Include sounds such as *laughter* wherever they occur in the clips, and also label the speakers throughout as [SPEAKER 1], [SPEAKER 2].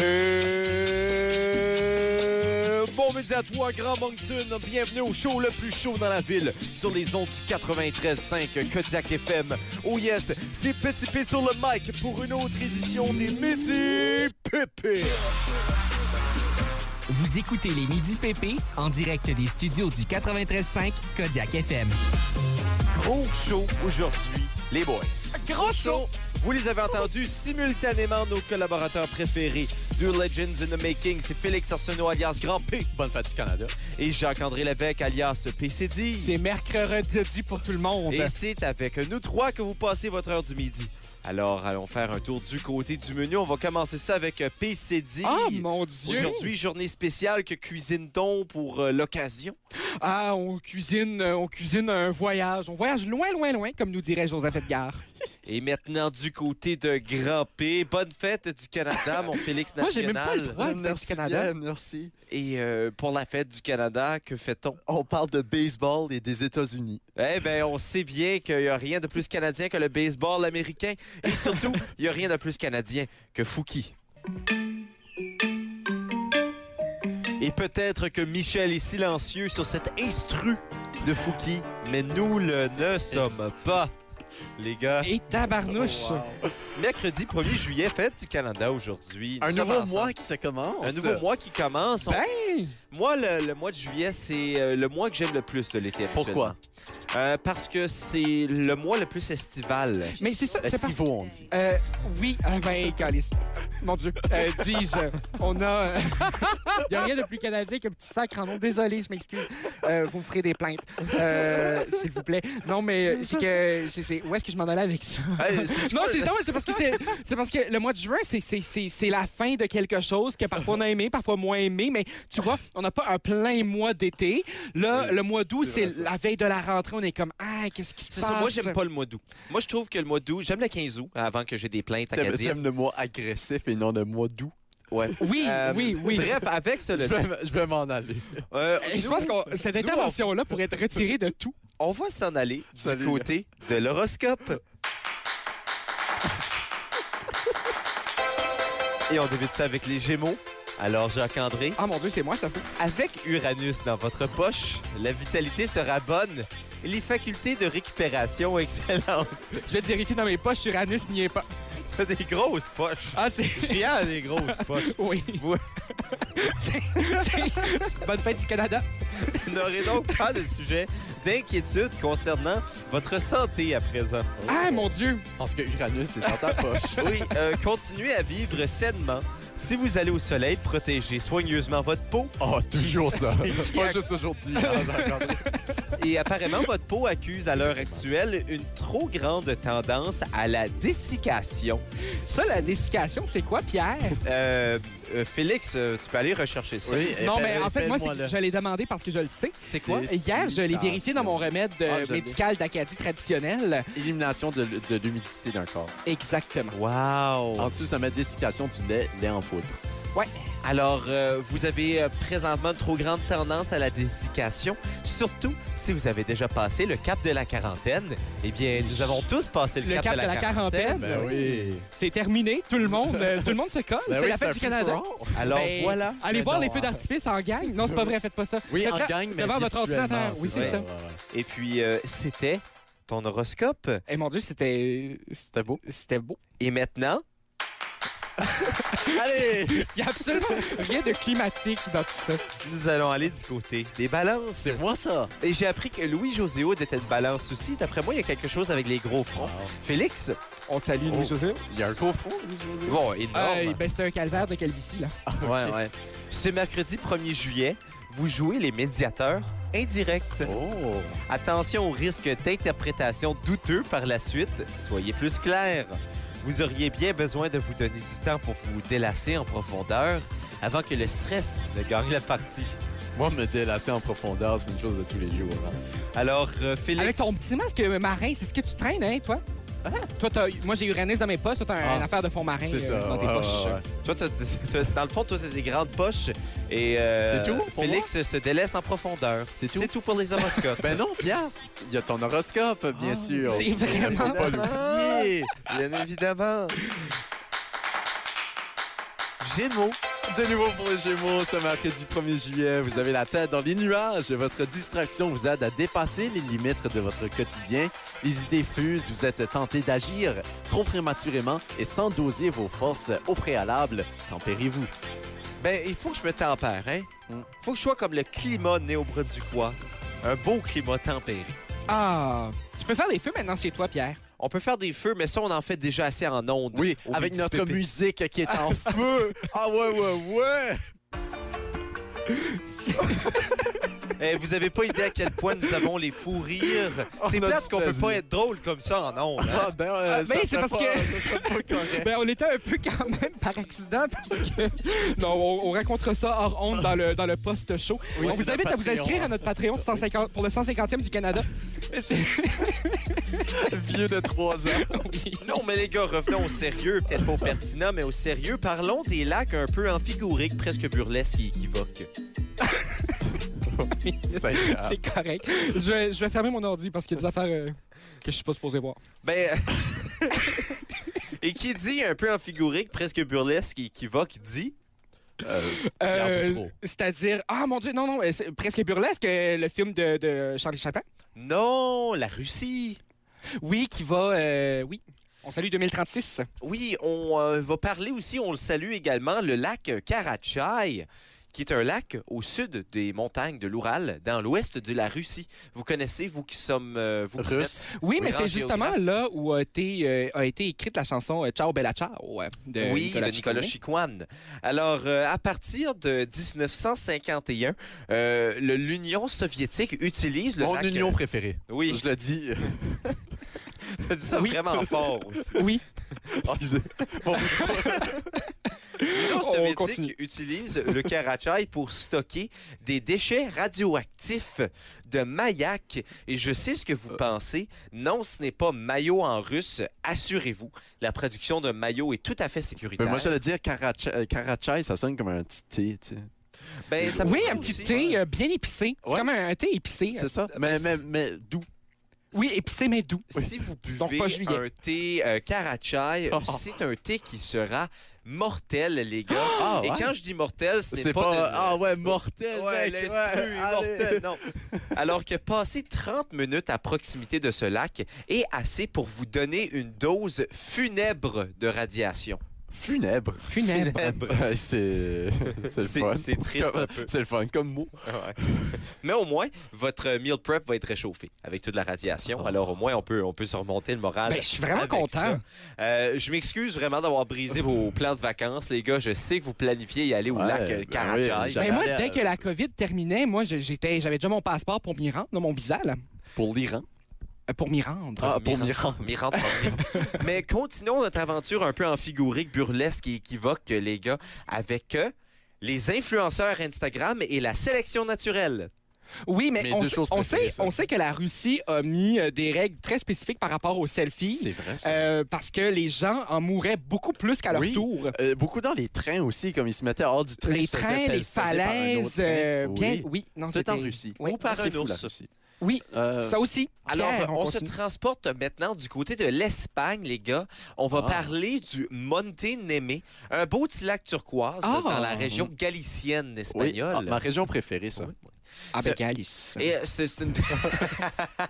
[SPEAKER 1] Euh, Midi à toi, Grand Moncton. Bienvenue au show le plus chaud dans la ville, sur les ondes du 93.5 Kodiak FM. Oh yes, c'est Petit P sur le mic pour une autre édition des Midi Pépé.
[SPEAKER 2] Vous écoutez les Midi PP en direct des studios du 93.5 Kodiak FM.
[SPEAKER 1] Gros show aujourd'hui, les boys.
[SPEAKER 3] Gros show.
[SPEAKER 1] Vous les avez entendus simultanément, nos collaborateurs préférés. Deux legends in the making, c'est Félix Arsenault alias Grand P
[SPEAKER 3] Bonne fête du Canada.
[SPEAKER 1] et Jacques-André Lévesque alias PCD.
[SPEAKER 3] C'est mercredi pour tout le monde.
[SPEAKER 1] Et c'est avec nous trois que vous passez votre heure du midi. Alors, allons faire un tour du côté du menu. On va commencer ça avec euh, PCD.
[SPEAKER 3] Ah mon Dieu!
[SPEAKER 1] Aujourd'hui, journée spéciale que cuisine-t-on pour euh, l'occasion?
[SPEAKER 3] Ah, on cuisine, euh, on cuisine un voyage. On voyage loin, loin, loin, comme nous dirait Joseph Edgar.
[SPEAKER 1] Et maintenant, du côté de Grand P, bonne fête du Canada,
[SPEAKER 3] *laughs*
[SPEAKER 1] mon Félix
[SPEAKER 3] Moi, j'ai même pas le
[SPEAKER 1] National.
[SPEAKER 3] droit. Ouais,
[SPEAKER 4] Ah, merci
[SPEAKER 3] Fête du Canada.
[SPEAKER 4] bien, merci.
[SPEAKER 1] Et euh, pour la fête du Canada, que fait-on?
[SPEAKER 4] On parle de baseball et des États-Unis.
[SPEAKER 1] Eh bien, on sait bien qu'il n'y a rien de plus canadien que le baseball américain. Et surtout, il n'y a rien de plus canadien que Fouki. Et peut-être que Michel est silencieux sur cet instru de Fouki, mais nous le ne sommes pas, les gars.
[SPEAKER 3] Et tabarnouche!
[SPEAKER 1] Mercredi 1er juillet, fête du Canada aujourd'hui. Nous
[SPEAKER 4] Un
[SPEAKER 1] sommes
[SPEAKER 4] nouveau
[SPEAKER 1] ensemble.
[SPEAKER 4] mois qui se commence.
[SPEAKER 1] Un nouveau mois qui commence. On-
[SPEAKER 3] Oh, Ben!
[SPEAKER 1] Moi, le, le mois de juillet, c'est euh, le mois que j'aime le plus de l'été.
[SPEAKER 4] Pourquoi?
[SPEAKER 1] actuellement. Euh, parce que c'est le mois le plus estival.
[SPEAKER 3] Mais c'est ça, c'est parce
[SPEAKER 1] Estivaux, on dit.
[SPEAKER 3] Euh, oui, ah ben, calice. Mon Dieu. Euh, Dis-je, on a. *laughs* Il n'y a rien de plus canadien qu'un petit sacre en nom. Désolé, je m'excuse. Euh, vous me ferez des plaintes. Euh, S'il vous plaît. Non, mais euh, c'est que. c'est- c'est- Où est-ce que je m'en allais avec ça?
[SPEAKER 1] Hey, Euh,
[SPEAKER 3] *laughs*
[SPEAKER 1] c'est-
[SPEAKER 3] Non, c'est non, mais c'est parce que c'est c'est parce que le mois de juin, c'est- c'est- c'est c'est la fin de quelque chose que parfois on a aimé, parfois moins aimé, mais tu vois, on n'a pas un plein mois d'été. Là, le mois d'août,
[SPEAKER 1] c'est
[SPEAKER 3] c'est
[SPEAKER 1] vrai, ça.
[SPEAKER 3] la veille de la rentrée, on est comme ah, qu'est-ce qui se
[SPEAKER 1] C'est
[SPEAKER 3] passe
[SPEAKER 1] ça, moi, j'aime pas le mois d'août. Moi, je trouve que le mois d'août, j'aime le 15 août avant que j'ai des plaintes
[SPEAKER 4] T'aimes
[SPEAKER 1] acadiennes.
[SPEAKER 4] t'aimes le mois agressif et non le mois doux.
[SPEAKER 1] Ouais.
[SPEAKER 3] Oui,
[SPEAKER 1] Euh,
[SPEAKER 3] oui, oui.
[SPEAKER 1] Bref, avec cela
[SPEAKER 4] Je
[SPEAKER 1] dit,
[SPEAKER 4] vais, je vais m'en aller.
[SPEAKER 1] euh,
[SPEAKER 3] Et *laughs* je
[SPEAKER 1] nous,
[SPEAKER 3] pense que cette
[SPEAKER 1] nous,
[SPEAKER 3] intervention-là pourrait être retirée de tout.
[SPEAKER 1] on va s'en aller du
[SPEAKER 4] Salut.
[SPEAKER 1] côté de l'horoscope. Et on débute ça avec les Gémeaux. Alors, Jacques-André,
[SPEAKER 3] Ah mon Dieu, c'est moi, ça.
[SPEAKER 1] Avec Uranus dans votre poche, la vitalité sera bonne et les facultés de récupération *laughs* excellentes.
[SPEAKER 3] Je vais te vérifier dans mes poches, Uranus n'y est pas.
[SPEAKER 1] T'as des grosses poches.
[SPEAKER 3] Ah, c'est...
[SPEAKER 1] Rien a des grosses *laughs* poches.
[SPEAKER 3] *laughs* Oui.
[SPEAKER 1] Ouais.
[SPEAKER 3] C'est- c'est- Bonne fête du Canada.
[SPEAKER 1] Vous n'aurez donc pas de sujet d'inquiétude concernant votre santé à présent.
[SPEAKER 3] Ah mon Dieu.
[SPEAKER 4] Parce que Uranus est dans *laughs* ta poche.
[SPEAKER 1] Oui, euh, continuez à vivre sainement. Si vous allez au soleil, protégez soigneusement votre peau
[SPEAKER 4] Oh, toujours *laughs* ça. Pas juste aujourd'hui. hein, *laughs*
[SPEAKER 1] Et apparemment, votre peau accuse à l'heure actuelle une trop grande tendance à la dessiccation.
[SPEAKER 3] Ça, la dessiccation, c'est quoi, Pierre?
[SPEAKER 4] Eh
[SPEAKER 1] Euh, euh, Félix, euh, tu peux aller rechercher ça.
[SPEAKER 4] Oui,
[SPEAKER 3] non, mais en fait, moi, c'est que je l'ai demandé parce que je le sais.
[SPEAKER 1] C'est
[SPEAKER 4] quoi?
[SPEAKER 3] Et Hier, je l'ai vérifié dans mon remède euh,
[SPEAKER 4] Ah, je l'ai.
[SPEAKER 3] médical d'Acadie traditionnelle.
[SPEAKER 4] Élimination de, de l'humidité d'un corps.
[SPEAKER 3] Exactement.
[SPEAKER 4] En
[SPEAKER 1] Wow!
[SPEAKER 4] dessous, ça met dessiccation du lait, lait en poudre.
[SPEAKER 1] Alors, euh, vous avez euh, présentement une trop grande tendance à la dessiccation, surtout si vous avez déjà passé le cap de la quarantaine. Eh bien, nous avons tous passé le,
[SPEAKER 3] Le cap de la quarantaine,
[SPEAKER 4] Ben oui.
[SPEAKER 3] c'est terminé. Tout le monde, euh, tout le monde se colle.
[SPEAKER 4] Ben
[SPEAKER 3] c'est
[SPEAKER 4] oui,
[SPEAKER 3] la fête
[SPEAKER 4] un
[SPEAKER 3] du Canada.
[SPEAKER 4] free-for-all.
[SPEAKER 1] Alors,
[SPEAKER 3] Ben,
[SPEAKER 1] voilà.
[SPEAKER 3] Allez
[SPEAKER 4] Mais
[SPEAKER 3] voir
[SPEAKER 4] non,
[SPEAKER 3] les feux
[SPEAKER 4] hein.
[SPEAKER 3] d'artifice en gang. Non, c'est pas vrai, faites pas ça.
[SPEAKER 4] Oui,
[SPEAKER 3] Faites
[SPEAKER 4] en
[SPEAKER 3] la-
[SPEAKER 4] gang, mais
[SPEAKER 3] devant votre
[SPEAKER 4] virtuellement,
[SPEAKER 3] ordinateur. Oui, c'est
[SPEAKER 4] vrai.
[SPEAKER 3] ça.
[SPEAKER 4] Ouais, ouais.
[SPEAKER 1] Et puis, euh, c'était ton horoscope.
[SPEAKER 3] Eh mon Dieu, c'était.
[SPEAKER 4] C'était beau.
[SPEAKER 3] C'était beau.
[SPEAKER 1] Et
[SPEAKER 3] *laughs*
[SPEAKER 1] maintenant... Allez!
[SPEAKER 3] Il n'y a absolument rien de climatique dans tout ça.
[SPEAKER 1] Nous allons aller du côté des balances.
[SPEAKER 4] C'est moi, ça.
[SPEAKER 1] Et j'ai appris que Louis José Hood était une balance aussi. D'après moi, il y a quelque chose avec les gros fronts. Félix?
[SPEAKER 3] On salue
[SPEAKER 4] Oh.
[SPEAKER 3] Louis-José.
[SPEAKER 4] Il y a un gros front, Louis José.
[SPEAKER 1] Bon, énorme.
[SPEAKER 4] bah,
[SPEAKER 3] Euh, ben, c'était un calvaire de calvitie, là.
[SPEAKER 1] Ouais, ouais. Ce mercredi 1er juillet, vous jouez les médiateurs indirects.
[SPEAKER 4] Oh.
[SPEAKER 1] Attention au risque d'interprétation douteuse par la suite. Soyez plus clair. Vous auriez bien besoin de vous donner du temps pour vous délasser en profondeur avant que le stress ne gagne la partie.
[SPEAKER 4] Moi, me délasser en profondeur, c'est une chose de tous les jours. hein.
[SPEAKER 1] Alors, euh, Félix...
[SPEAKER 3] Avec ton petit masque euh, marin, c'est ce que tu traînes, hein, toi? Toi, t'as- moi, j'ai Uranus dans mes poches. Toi, t'as un-
[SPEAKER 4] Ah.
[SPEAKER 3] une affaire de fond marin
[SPEAKER 4] C'est
[SPEAKER 3] euh,
[SPEAKER 4] ça.
[SPEAKER 3] dans tes
[SPEAKER 4] ouais,
[SPEAKER 3] poches.
[SPEAKER 4] ouais, ouais.
[SPEAKER 1] Toi, t'as- t'as- dans le fond, toi, t'as des grandes poches et euh,
[SPEAKER 4] C'est tout pour
[SPEAKER 1] Félix se délaisse en profondeur.
[SPEAKER 4] C'est tout?
[SPEAKER 1] C'est tout pour les horoscopes.
[SPEAKER 4] Ben non, Pierre. Il y a ton horoscope, bien sûr.
[SPEAKER 3] Ah, c'est vraiment-
[SPEAKER 4] Il faut pas l'oublier.
[SPEAKER 1] Bien évidemment. Gémeaux,
[SPEAKER 4] De nouveau pour les Gémeaux, ce mercredi 1er juillet, vous avez la tête dans les nuages. Votre distraction vous aide à dépasser les limites de votre quotidien. Les idées fusent, vous êtes tenté d'agir trop prématurément et sans doser vos forces au préalable. Tempérez-vous.
[SPEAKER 1] Ben, il faut que je me tempère, hein?
[SPEAKER 4] Mm.
[SPEAKER 1] faut que je sois comme le climat néo-brunswickois. Un beau climat tempéré.
[SPEAKER 3] Ah, tu peux faire des feux maintenant chez toi,
[SPEAKER 4] *laughs*
[SPEAKER 3] Pierre.
[SPEAKER 1] On peut faire des feux, mais ça, on en fait déjà assez en ondes.
[SPEAKER 4] Oui,
[SPEAKER 1] Au
[SPEAKER 4] avec
[SPEAKER 1] petit
[SPEAKER 4] notre
[SPEAKER 1] pépé.
[SPEAKER 4] musique qui est en *laughs* feu. Ah ouais, ouais, ouais.
[SPEAKER 1] Eh, vous avez pas idée à quel point nous avons les fous rires.
[SPEAKER 4] *laughs*
[SPEAKER 1] C'est
[SPEAKER 4] On a
[SPEAKER 1] plate qu'on peut
[SPEAKER 4] dit.
[SPEAKER 1] pas être drôle comme ça en ondes. hein?
[SPEAKER 4] Ah ben, euh,
[SPEAKER 3] Ah,
[SPEAKER 4] ça
[SPEAKER 3] mais
[SPEAKER 4] serait
[SPEAKER 3] c'est parce
[SPEAKER 4] pas-
[SPEAKER 3] que-
[SPEAKER 4] ça serait pas correct.
[SPEAKER 3] *laughs* Ben, on était un peu quand même par accident parce
[SPEAKER 4] *laughs*
[SPEAKER 3] que. Non, on, on racontera ça hors honte dans le, dans le post-show.
[SPEAKER 4] Oui,
[SPEAKER 3] on vous
[SPEAKER 4] c'est notre
[SPEAKER 3] invite à vous
[SPEAKER 4] Patreon,
[SPEAKER 3] inscrire
[SPEAKER 4] hein.
[SPEAKER 3] à notre Patreon du 150 pour le 150e du
[SPEAKER 4] *laughs*
[SPEAKER 3] Canada. C'est-
[SPEAKER 4] *laughs* vieux de 3 ans.
[SPEAKER 1] *laughs* Non, mais les gars, revenons au sérieux. Peut-être pas au pertinent, mais au sérieux. Parlons des lacs un peu amphigouriques, presque burlesques et équivoques.
[SPEAKER 4] Seigneur.
[SPEAKER 3] C'est correct. Je vais, je vais fermer mon ordi parce qu'il y a des affaires euh, que je suis pas supposé voir.
[SPEAKER 1] Ben. *laughs* et qui dit un peu amphigourique, presque burlesque et équivoque, dit.
[SPEAKER 4] Euh, c'est un peu
[SPEAKER 3] Euh,
[SPEAKER 4] trop.
[SPEAKER 3] C'est-à-dire, ah mon Dieu, non, non, euh, c'est presque burlesque, euh, le film de, de Charlie Chaplin.
[SPEAKER 1] Non, la Russie.
[SPEAKER 3] Oui, qui va, euh, oui. On salue 2036.
[SPEAKER 1] Oui, on euh, va parler aussi, on le salue également, le lac Karachay, qui est un lac au sud des montagnes de l'Oural, dans l'ouest de la Russie. Vous connaissez, vous qui sommes... euh, vous qui êtes-
[SPEAKER 4] Russe.
[SPEAKER 3] Oui,
[SPEAKER 1] Oui,
[SPEAKER 3] mais
[SPEAKER 1] grand
[SPEAKER 3] c'est justement
[SPEAKER 1] géographe.
[SPEAKER 3] là où a été, euh, a été écrite la chanson euh, Ciao Bella Ciao euh, de
[SPEAKER 1] oui,
[SPEAKER 3] Nicolas
[SPEAKER 1] de Nicolas
[SPEAKER 3] Ciccone.
[SPEAKER 1] Chicoine. Alors, euh, à partir de 1951, euh, le- l'Union soviétique utilise le
[SPEAKER 4] Mon
[SPEAKER 1] lac... euh,
[SPEAKER 4] union préférée.
[SPEAKER 1] Oui,
[SPEAKER 4] Je le *laughs* dis.
[SPEAKER 1] je dis ça
[SPEAKER 3] Oui.
[SPEAKER 1] vraiment fort.
[SPEAKER 3] Oui,
[SPEAKER 4] Excusez. *laughs*
[SPEAKER 1] L'Union
[SPEAKER 3] On
[SPEAKER 1] soviétique
[SPEAKER 3] continue.
[SPEAKER 1] utilise le Karachay pour stocker des déchets radioactifs de mayak. Et je sais ce que vous
[SPEAKER 3] Euh.
[SPEAKER 1] pensez. Non, ce n'est pas maillot en russe. Assurez-vous, la production de maillot est tout à fait sécuritaire.
[SPEAKER 4] Mais moi, j'allais dire Karacha- euh, karachai, ça sonne comme un petit thé, tu sais.
[SPEAKER 1] Ben, ça
[SPEAKER 3] oui
[SPEAKER 1] peut
[SPEAKER 3] un
[SPEAKER 1] être
[SPEAKER 3] petit
[SPEAKER 1] aussi.
[SPEAKER 3] thé euh, bien épicé. C'est
[SPEAKER 4] Ouais.
[SPEAKER 3] comme un thé épicé. euh.
[SPEAKER 4] C'est ça? Mais, mais, mais d'où?
[SPEAKER 3] Oui, épicé mais doux.
[SPEAKER 1] Si vous buvez
[SPEAKER 3] Donc, pas juillet.
[SPEAKER 1] un thé euh, Karachay,
[SPEAKER 4] Oh.
[SPEAKER 1] c'est un thé qui sera mortel, les gars.
[SPEAKER 4] Ah,
[SPEAKER 1] Et
[SPEAKER 4] ouais?
[SPEAKER 1] quand je dis mortel, ce n'est
[SPEAKER 4] C'est
[SPEAKER 1] pas...
[SPEAKER 4] pas...
[SPEAKER 1] de-
[SPEAKER 4] Ah ouais, mortel,
[SPEAKER 1] Ouais,
[SPEAKER 4] mec,
[SPEAKER 1] l'instru
[SPEAKER 4] ouais,
[SPEAKER 1] est
[SPEAKER 4] allez.
[SPEAKER 1] mortel, non. Alors que passer 30 minutes à proximité de ce lac est assez pour vous donner une dose funèbre de radiation.
[SPEAKER 4] Funèbre.
[SPEAKER 3] *laughs* Funèbre.
[SPEAKER 4] *laughs* Ouais, c'est... C'est le
[SPEAKER 1] C'est-
[SPEAKER 4] fun.
[SPEAKER 1] c'est triste
[SPEAKER 4] Comme-
[SPEAKER 1] un peu.
[SPEAKER 4] C'est le fun comme mot.
[SPEAKER 1] *laughs* Mais au moins, votre meal prep va être réchauffé avec toute la radiation. Alors au moins, on peut, on peut se remonter le moral.
[SPEAKER 3] Ben, je suis vraiment
[SPEAKER 1] avec
[SPEAKER 3] content.
[SPEAKER 1] ça. Euh, je m'excuse vraiment d'avoir brisé vos plans de vacances, les gars. Je sais que vous planifiez y aller au
[SPEAKER 4] Ouais,
[SPEAKER 1] lac euh,
[SPEAKER 4] ben
[SPEAKER 1] Karachay.
[SPEAKER 4] oui,
[SPEAKER 3] Ben
[SPEAKER 4] J'avais
[SPEAKER 3] moi,
[SPEAKER 4] allé à-
[SPEAKER 3] dès que la COVID terminait, moi, je- j'étais, j'avais déjà mon passeport pour m'y rendre, non, mon visa, là,
[SPEAKER 4] Pour l'Iran.
[SPEAKER 3] euh, pour m'y rendre.
[SPEAKER 4] Ah, pour
[SPEAKER 1] Mirand. Mirand Tremblay.
[SPEAKER 4] *laughs*
[SPEAKER 1] Mais continuons notre aventure un peu amphigourique, burlesque et équivoque, euh, les gars, avec euh, les influenceurs Instagram et la sélection naturelle.
[SPEAKER 3] Oui, mais
[SPEAKER 4] Mes
[SPEAKER 3] on,
[SPEAKER 4] deux
[SPEAKER 3] sait-
[SPEAKER 4] choses
[SPEAKER 3] on
[SPEAKER 4] préférées,
[SPEAKER 3] sait,
[SPEAKER 4] ça.
[SPEAKER 3] on sait que la Russie a mis euh, des règles très spécifiques par rapport aux selfies.
[SPEAKER 4] C'est vrai, ça.
[SPEAKER 3] euh, parce que les gens en mouraient beaucoup plus qu'à leur
[SPEAKER 4] Oui.
[SPEAKER 3] tour.
[SPEAKER 4] Euh, beaucoup dans les trains aussi, comme ils se mettaient hors du train.
[SPEAKER 3] Les
[SPEAKER 4] ils se faisaient
[SPEAKER 3] trains, les
[SPEAKER 4] pèse- peser par un autre
[SPEAKER 3] falaises,
[SPEAKER 4] train.
[SPEAKER 3] euh, bien,
[SPEAKER 4] Oui.
[SPEAKER 3] oui, non,
[SPEAKER 4] C'est en
[SPEAKER 3] c'était-
[SPEAKER 4] Russie.
[SPEAKER 3] Oui.
[SPEAKER 1] Ou par un
[SPEAKER 4] C'est fou, la
[SPEAKER 1] ours.
[SPEAKER 4] Russie.
[SPEAKER 3] Oui,
[SPEAKER 4] Euh,
[SPEAKER 3] ça aussi.
[SPEAKER 1] Alors,
[SPEAKER 3] Pierre,
[SPEAKER 1] on, se
[SPEAKER 3] continue.
[SPEAKER 1] transporte maintenant du côté de l'Espagne, les gars. On va
[SPEAKER 4] Ah.
[SPEAKER 1] parler du Monte Neme, un beau petit lac turquoise
[SPEAKER 3] Ah.
[SPEAKER 1] dans la région galicienne
[SPEAKER 4] oui. Ah,
[SPEAKER 1] espagnole.
[SPEAKER 4] ma région préférée, ça.
[SPEAKER 1] Oui.
[SPEAKER 3] Ah, ben,
[SPEAKER 1] C'est-
[SPEAKER 3] Galice.
[SPEAKER 1] Et euh, c'est c'est une- *laughs*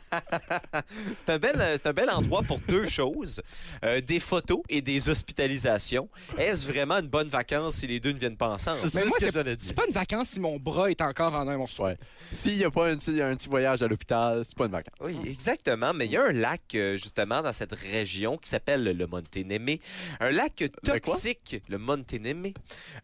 [SPEAKER 1] c'est un, bel, euh, c'est un bel endroit pour deux choses Euh, des photos et des hospitalisations. Est-ce vraiment une bonne vacance si les deux ne viennent pas ensemble?
[SPEAKER 4] C'est
[SPEAKER 3] moi,
[SPEAKER 4] ce que j'allais dire.
[SPEAKER 3] C'est pas une vacance si mon bras est encore en un morceau.
[SPEAKER 4] Ouais. *laughs* S'il n'y a pas un petit, un petit voyage à l'hôpital, c'est pas une vacance.
[SPEAKER 1] Oui, exactement. Mais il y a un lac, euh, justement, dans cette région qui s'appelle le Monte Neme. Un lac
[SPEAKER 4] Le quoi?
[SPEAKER 1] toxique, le Monte Neme.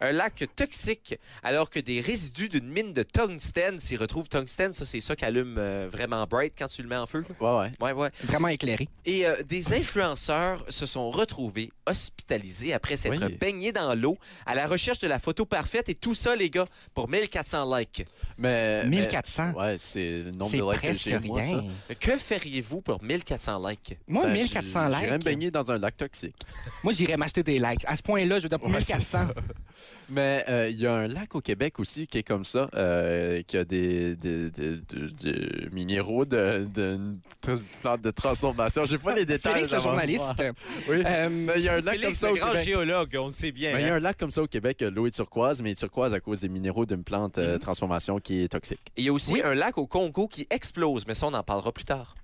[SPEAKER 1] Un lac toxique, alors que des résidus d'une mine de tungstène s'y retrouvent. Tungstène, ça, c'est ça qui allume euh, vraiment bright quand tu le mets en feu.
[SPEAKER 4] Ouais, ouais.
[SPEAKER 1] Ouais, ouais.
[SPEAKER 3] Vraiment éclairé.
[SPEAKER 1] Et euh, des influenceurs se sont retrouvés hospitalisés après s'être
[SPEAKER 4] Oui.
[SPEAKER 1] baignés dans l'eau à la recherche de la photo parfaite et tout ça, les gars, pour 1400 likes.
[SPEAKER 4] Mais.
[SPEAKER 3] 1400.
[SPEAKER 4] mais- ouais, c'est le nombre
[SPEAKER 3] C'est
[SPEAKER 4] de likes que
[SPEAKER 3] presque
[SPEAKER 4] j'ai, moi, ça.
[SPEAKER 3] rien.
[SPEAKER 1] Que feriez-vous pour 1400 likes?
[SPEAKER 3] Moi,
[SPEAKER 4] Ben,
[SPEAKER 3] 1400
[SPEAKER 4] j'ai- J'irais me
[SPEAKER 3] likes.
[SPEAKER 4] baigner dans un lac toxique.
[SPEAKER 3] Moi, j'irais m'acheter des likes. À ce point-là, je veux dire, pour
[SPEAKER 4] Ouais, c'est
[SPEAKER 3] 1400.
[SPEAKER 4] Mais euh, il y a un lac au Québec aussi qui est comme ça, euh, qui a des, des- des- de- de minéraux, de, de, de plantes de transformation. J'ai pas les détails.
[SPEAKER 3] Félix, le
[SPEAKER 4] devant moi.
[SPEAKER 3] journaliste.
[SPEAKER 4] Oui.
[SPEAKER 3] Euh,
[SPEAKER 4] Mais Il y a un lac comme
[SPEAKER 1] Félix,
[SPEAKER 4] ça au
[SPEAKER 1] le grand
[SPEAKER 4] Québec.
[SPEAKER 1] géologue, on le sait bien.
[SPEAKER 4] Mais il y
[SPEAKER 1] hein.
[SPEAKER 4] a un lac comme ça au Québec, euh, l'eau est turquoise, mais turquoise à cause des minéraux d'une plante euh, transformation qui est toxique.
[SPEAKER 1] Et il y a aussi
[SPEAKER 3] Oui.
[SPEAKER 1] un lac au Congo qui explose, mais ça, on en parlera plus tard.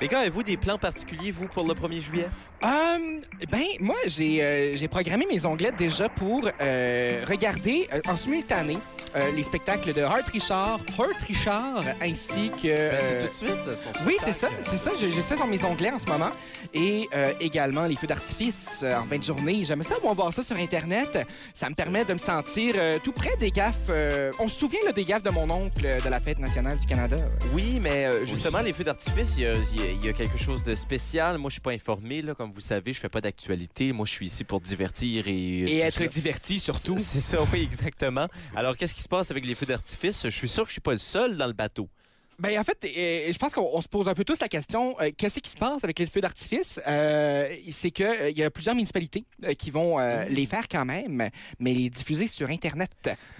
[SPEAKER 1] Les gars, avez-vous des plans particuliers, vous, pour le 1er juillet?
[SPEAKER 3] Euh, ben, moi, j'ai euh, j'ai programmé mes onglets déjà pour euh, regarder euh, en simultané euh, les spectacles de Hart Richard, Hurt Richard, ainsi que... euh,
[SPEAKER 4] de suite son
[SPEAKER 3] oui, c'est ça, c'est ça. J'ai j'ai ça dans mes onglets en ce moment. Et euh, également les feux d'artifice euh, en fin de journée. J'aime ça, moi, voir ça sur Internet. Ça me permet de me sentir euh, tout près des gaffes. euh, on se souvient là, des gaffes de mon oncle euh, de la fête nationale du Canada.
[SPEAKER 1] Oui, mais euh, justement, les feux d'artifice, il y, a- il y a- il y a quelque chose de spécial. Moi, je suis pas informé, là, comme vous savez, je fais pas d'actualité. Moi, je suis ici pour divertir et... euh,
[SPEAKER 3] Et être
[SPEAKER 1] C'est-
[SPEAKER 3] diverti, surtout.
[SPEAKER 1] *laughs* C'est ça, oui, exactement. Alors, qu'est-ce qui se passe avec les feux d'artifice? Je suis sûr que je suis pas le seul dans le bateau.
[SPEAKER 3] Ben, en fait, euh, je pense qu'on on se pose un peu tous la question euh, qu'est-ce qui se passe avec les feux d'artifice Euh, C'est que euh, il y a plusieurs municipalités euh, qui vont euh,
[SPEAKER 1] Mm-hmm.
[SPEAKER 3] les faire quand même, mais les diffuser sur Internet.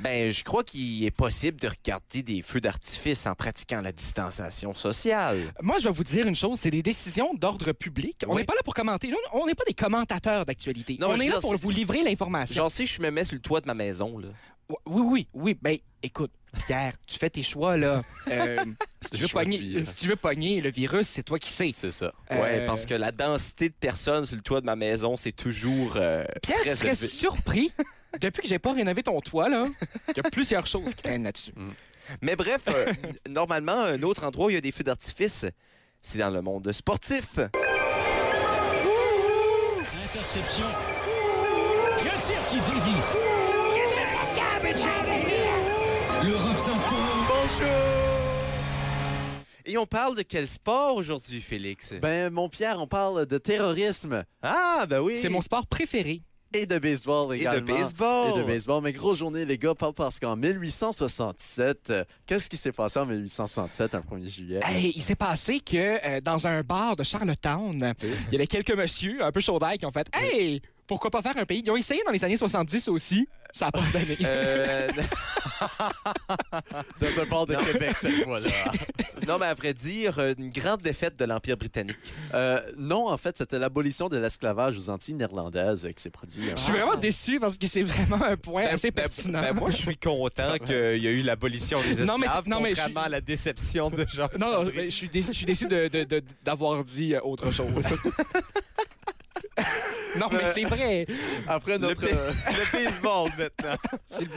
[SPEAKER 1] Ben, je crois qu'il est possible de regarder des feux d'artifice en pratiquant la distanciation sociale.
[SPEAKER 3] Moi, je vais vous dire une chose c'est des décisions d'ordre public. On
[SPEAKER 1] Oui.
[SPEAKER 3] n'est pas là pour commenter. Nous, On n'est pas des commentateurs d'actualité.
[SPEAKER 1] Non,
[SPEAKER 3] on
[SPEAKER 1] je
[SPEAKER 3] est
[SPEAKER 1] veux
[SPEAKER 3] là
[SPEAKER 1] dire,
[SPEAKER 3] pour
[SPEAKER 1] c'est-
[SPEAKER 3] vous livrer l'information.
[SPEAKER 1] J'en sais, je me mets sur le toit de ma maison, là.
[SPEAKER 3] Oui, oui, oui. Ben, écoute, Pierre, tu fais tes
[SPEAKER 1] *laughs*
[SPEAKER 3] choix, là. Euh, si, tu veux
[SPEAKER 4] choix de
[SPEAKER 3] pogner-
[SPEAKER 4] vie, là.
[SPEAKER 3] si tu veux pogner le virus, c'est toi qui sais.
[SPEAKER 4] C'est ça.
[SPEAKER 1] Ouais,
[SPEAKER 3] Euh,
[SPEAKER 1] parce que la densité de personnes sur le toit de ma maison, c'est toujours euh,
[SPEAKER 3] Pierre, tu
[SPEAKER 1] très
[SPEAKER 3] serais
[SPEAKER 1] élevé.
[SPEAKER 3] surpris. Depuis que j'ai pas rénové ton toit, là, il y a plusieurs choses qui traînent là-dessus.
[SPEAKER 1] Mais bref, euh, normalement, un autre endroit où il y a des feux d'artifice, c'est dans le monde sportif.
[SPEAKER 5] Interception. Bien sûr qui dévie. L'Europe s'impose.
[SPEAKER 1] Et on parle de quel sport aujourd'hui, Félix?
[SPEAKER 4] Ben, mon Pierre, on parle de terrorisme
[SPEAKER 1] ah, ben oui.
[SPEAKER 3] C'est mon sport préféré.
[SPEAKER 4] et de baseball
[SPEAKER 1] Et de
[SPEAKER 4] également.
[SPEAKER 1] baseball.
[SPEAKER 4] Et de baseball. Mais grosse journée, les gars, pas parce qu'en 1867, euh, qu'est-ce qui s'est passé en 1867, un 1er juillet?
[SPEAKER 3] Hey, il s'est passé que euh, dans un bar de Charlottetown, il y avait quelques messieurs un peu chaud d'air qui ont fait Hey, pourquoi pas faire un pays Ils ont essayé dans les années 70 aussi. Ça a pas donné.
[SPEAKER 1] Euh,
[SPEAKER 4] Dans un port de Québec,
[SPEAKER 1] *laughs*
[SPEAKER 4] cette fois-là.
[SPEAKER 1] non, mais à vrai dire, euh, une grande défaite de l'Empire britannique.
[SPEAKER 4] Euh, non, en fait, c'était l'abolition de l'esclavage aux Antilles néerlandaises euh, qui s'est produite.
[SPEAKER 3] Je suis vraiment déçu parce que c'est vraiment un point assez pertinent.
[SPEAKER 1] Ben, moi, je suis content qu'il y a eu l'abolition des esclaves,
[SPEAKER 3] Non, mais c'est- non, mais je suis-
[SPEAKER 1] contrairement à la déception de jean
[SPEAKER 3] non, non, ben, je suis déçu, je suis déçu de- de- de- d'avoir dit euh, autre chose. non, mais c'est vrai.
[SPEAKER 4] Après notre...
[SPEAKER 1] ba-
[SPEAKER 4] euh,
[SPEAKER 1] Le baseball, maintenant.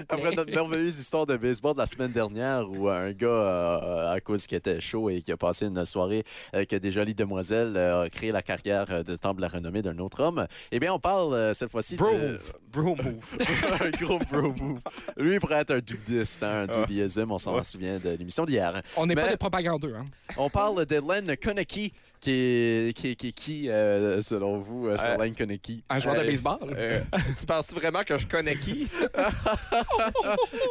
[SPEAKER 4] Après notre merveilleuse histoire de baseball de la semaine dernière où euh, un gars, euh, à cause qu'il était chaud et qui a passé une soirée euh, avec des jolies demoiselles, euh, a créé la carrière euh, de temple à renommée d'un autre homme, eh bien, on parle euh, cette fois-ci
[SPEAKER 1] Bro
[SPEAKER 4] de...
[SPEAKER 1] move. Bro move.
[SPEAKER 4] *laughs* un gros bro move. Lui, il pourrait être un doudiste, hein, un
[SPEAKER 3] Ah.
[SPEAKER 4] doudisme, on s'en souvient de l'émission d'hier.
[SPEAKER 3] On n'est
[SPEAKER 4] Mais-
[SPEAKER 3] pas des propagandeux. Hein.
[SPEAKER 4] On parle d'Edlen Konecki, qui est qui, est- qui, est qui euh, selon vous, euh,
[SPEAKER 1] Euh,
[SPEAKER 4] Edlen Konecki?
[SPEAKER 3] Un joueur de
[SPEAKER 4] Euh,
[SPEAKER 3] baseball.
[SPEAKER 1] tu penses vraiment que je connais qui?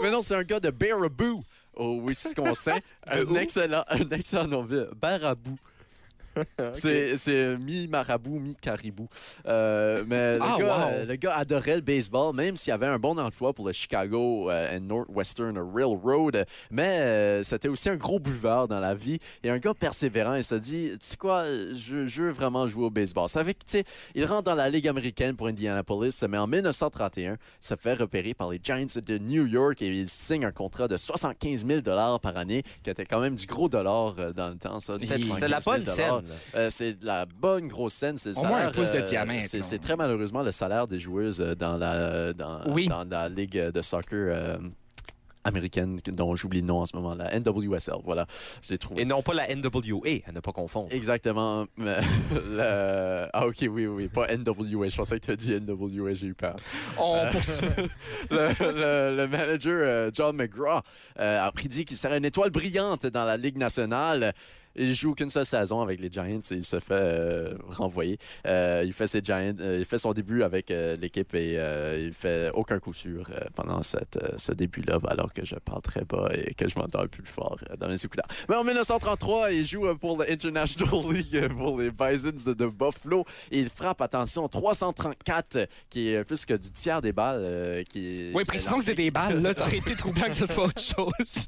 [SPEAKER 4] Mais non, c'est un gars de Baraboo Oh au Wisconsin.
[SPEAKER 3] *laughs*
[SPEAKER 4] un, excellent, *laughs* un excellent nom de ville. Baraboo. C'est- C'est mi-marabout, mi-caribou. Euh, mais le,
[SPEAKER 3] Ah,
[SPEAKER 4] gars,
[SPEAKER 3] wow.
[SPEAKER 4] euh, le gars adorait le baseball, même s'il avait un bon emploi pour le Chicago euh, and Northwestern Railroad. Mais euh, c'était aussi un gros buveur dans la vie et un gars persévérant. Il se dit, tu sais quoi, je, je veux vraiment jouer au baseball. Ça fait que, tu sais, il rentre dans la Ligue américaine pour Indianapolis, mais en 1931, se fait repérer par les Giants de New York et il signe un contrat de 75 000 par année, qui était quand même du gros dollar euh, dans le temps. ça.
[SPEAKER 1] C'était c'était
[SPEAKER 4] 75
[SPEAKER 1] la
[SPEAKER 4] 000
[SPEAKER 1] bonne scène.
[SPEAKER 4] euh, c'est de la bonne grosse scène. C'est le
[SPEAKER 3] Au moins
[SPEAKER 4] salaire, euh,
[SPEAKER 3] un pouce de diamètre,
[SPEAKER 4] C'est,
[SPEAKER 3] là.
[SPEAKER 4] c'est très malheureusement le salaire des joueuses euh, dans la, euh, dans,
[SPEAKER 3] Oui.
[SPEAKER 4] dans la ligue de soccer euh, américaine que- dont j'oublie le nom en ce moment, la NWSL. Voilà, j'ai trouvé.
[SPEAKER 1] Et non pas la NWA, à ne pas confondre.
[SPEAKER 4] Exactement. mais *laughs* le- Ah, ok, oui, oui, oui, pas NWA. Je pensais que tu as dit NWA, j'ai eu peur.
[SPEAKER 3] On
[SPEAKER 1] Euh,
[SPEAKER 3] poursuit.
[SPEAKER 4] le, le- le manager euh, John McGraw euh, a prédit qu'il serait une étoile brillante dans la Ligue nationale. Il joue qu'une seule saison avec les Giants et il se fait euh, renvoyer. Euh, il fait ses Giants, euh, il fait son début avec euh, l'équipe et euh, il fait aucun coup sûr euh, pendant cette, euh, ce début-là, alors que je parle très bas et que je m'entends plus fort euh, dans mes écouteurs. Mais en 1933, il joue euh, pour l'International *laughs* League euh, pour les Bisons de, de Buffalo et il frappe, attention, 334, qui est euh, plus que du tiers des balles. euh, qui
[SPEAKER 3] Oui, précisons que c'est des balles, là. Ça aurait été troublant que ce soit autre chose.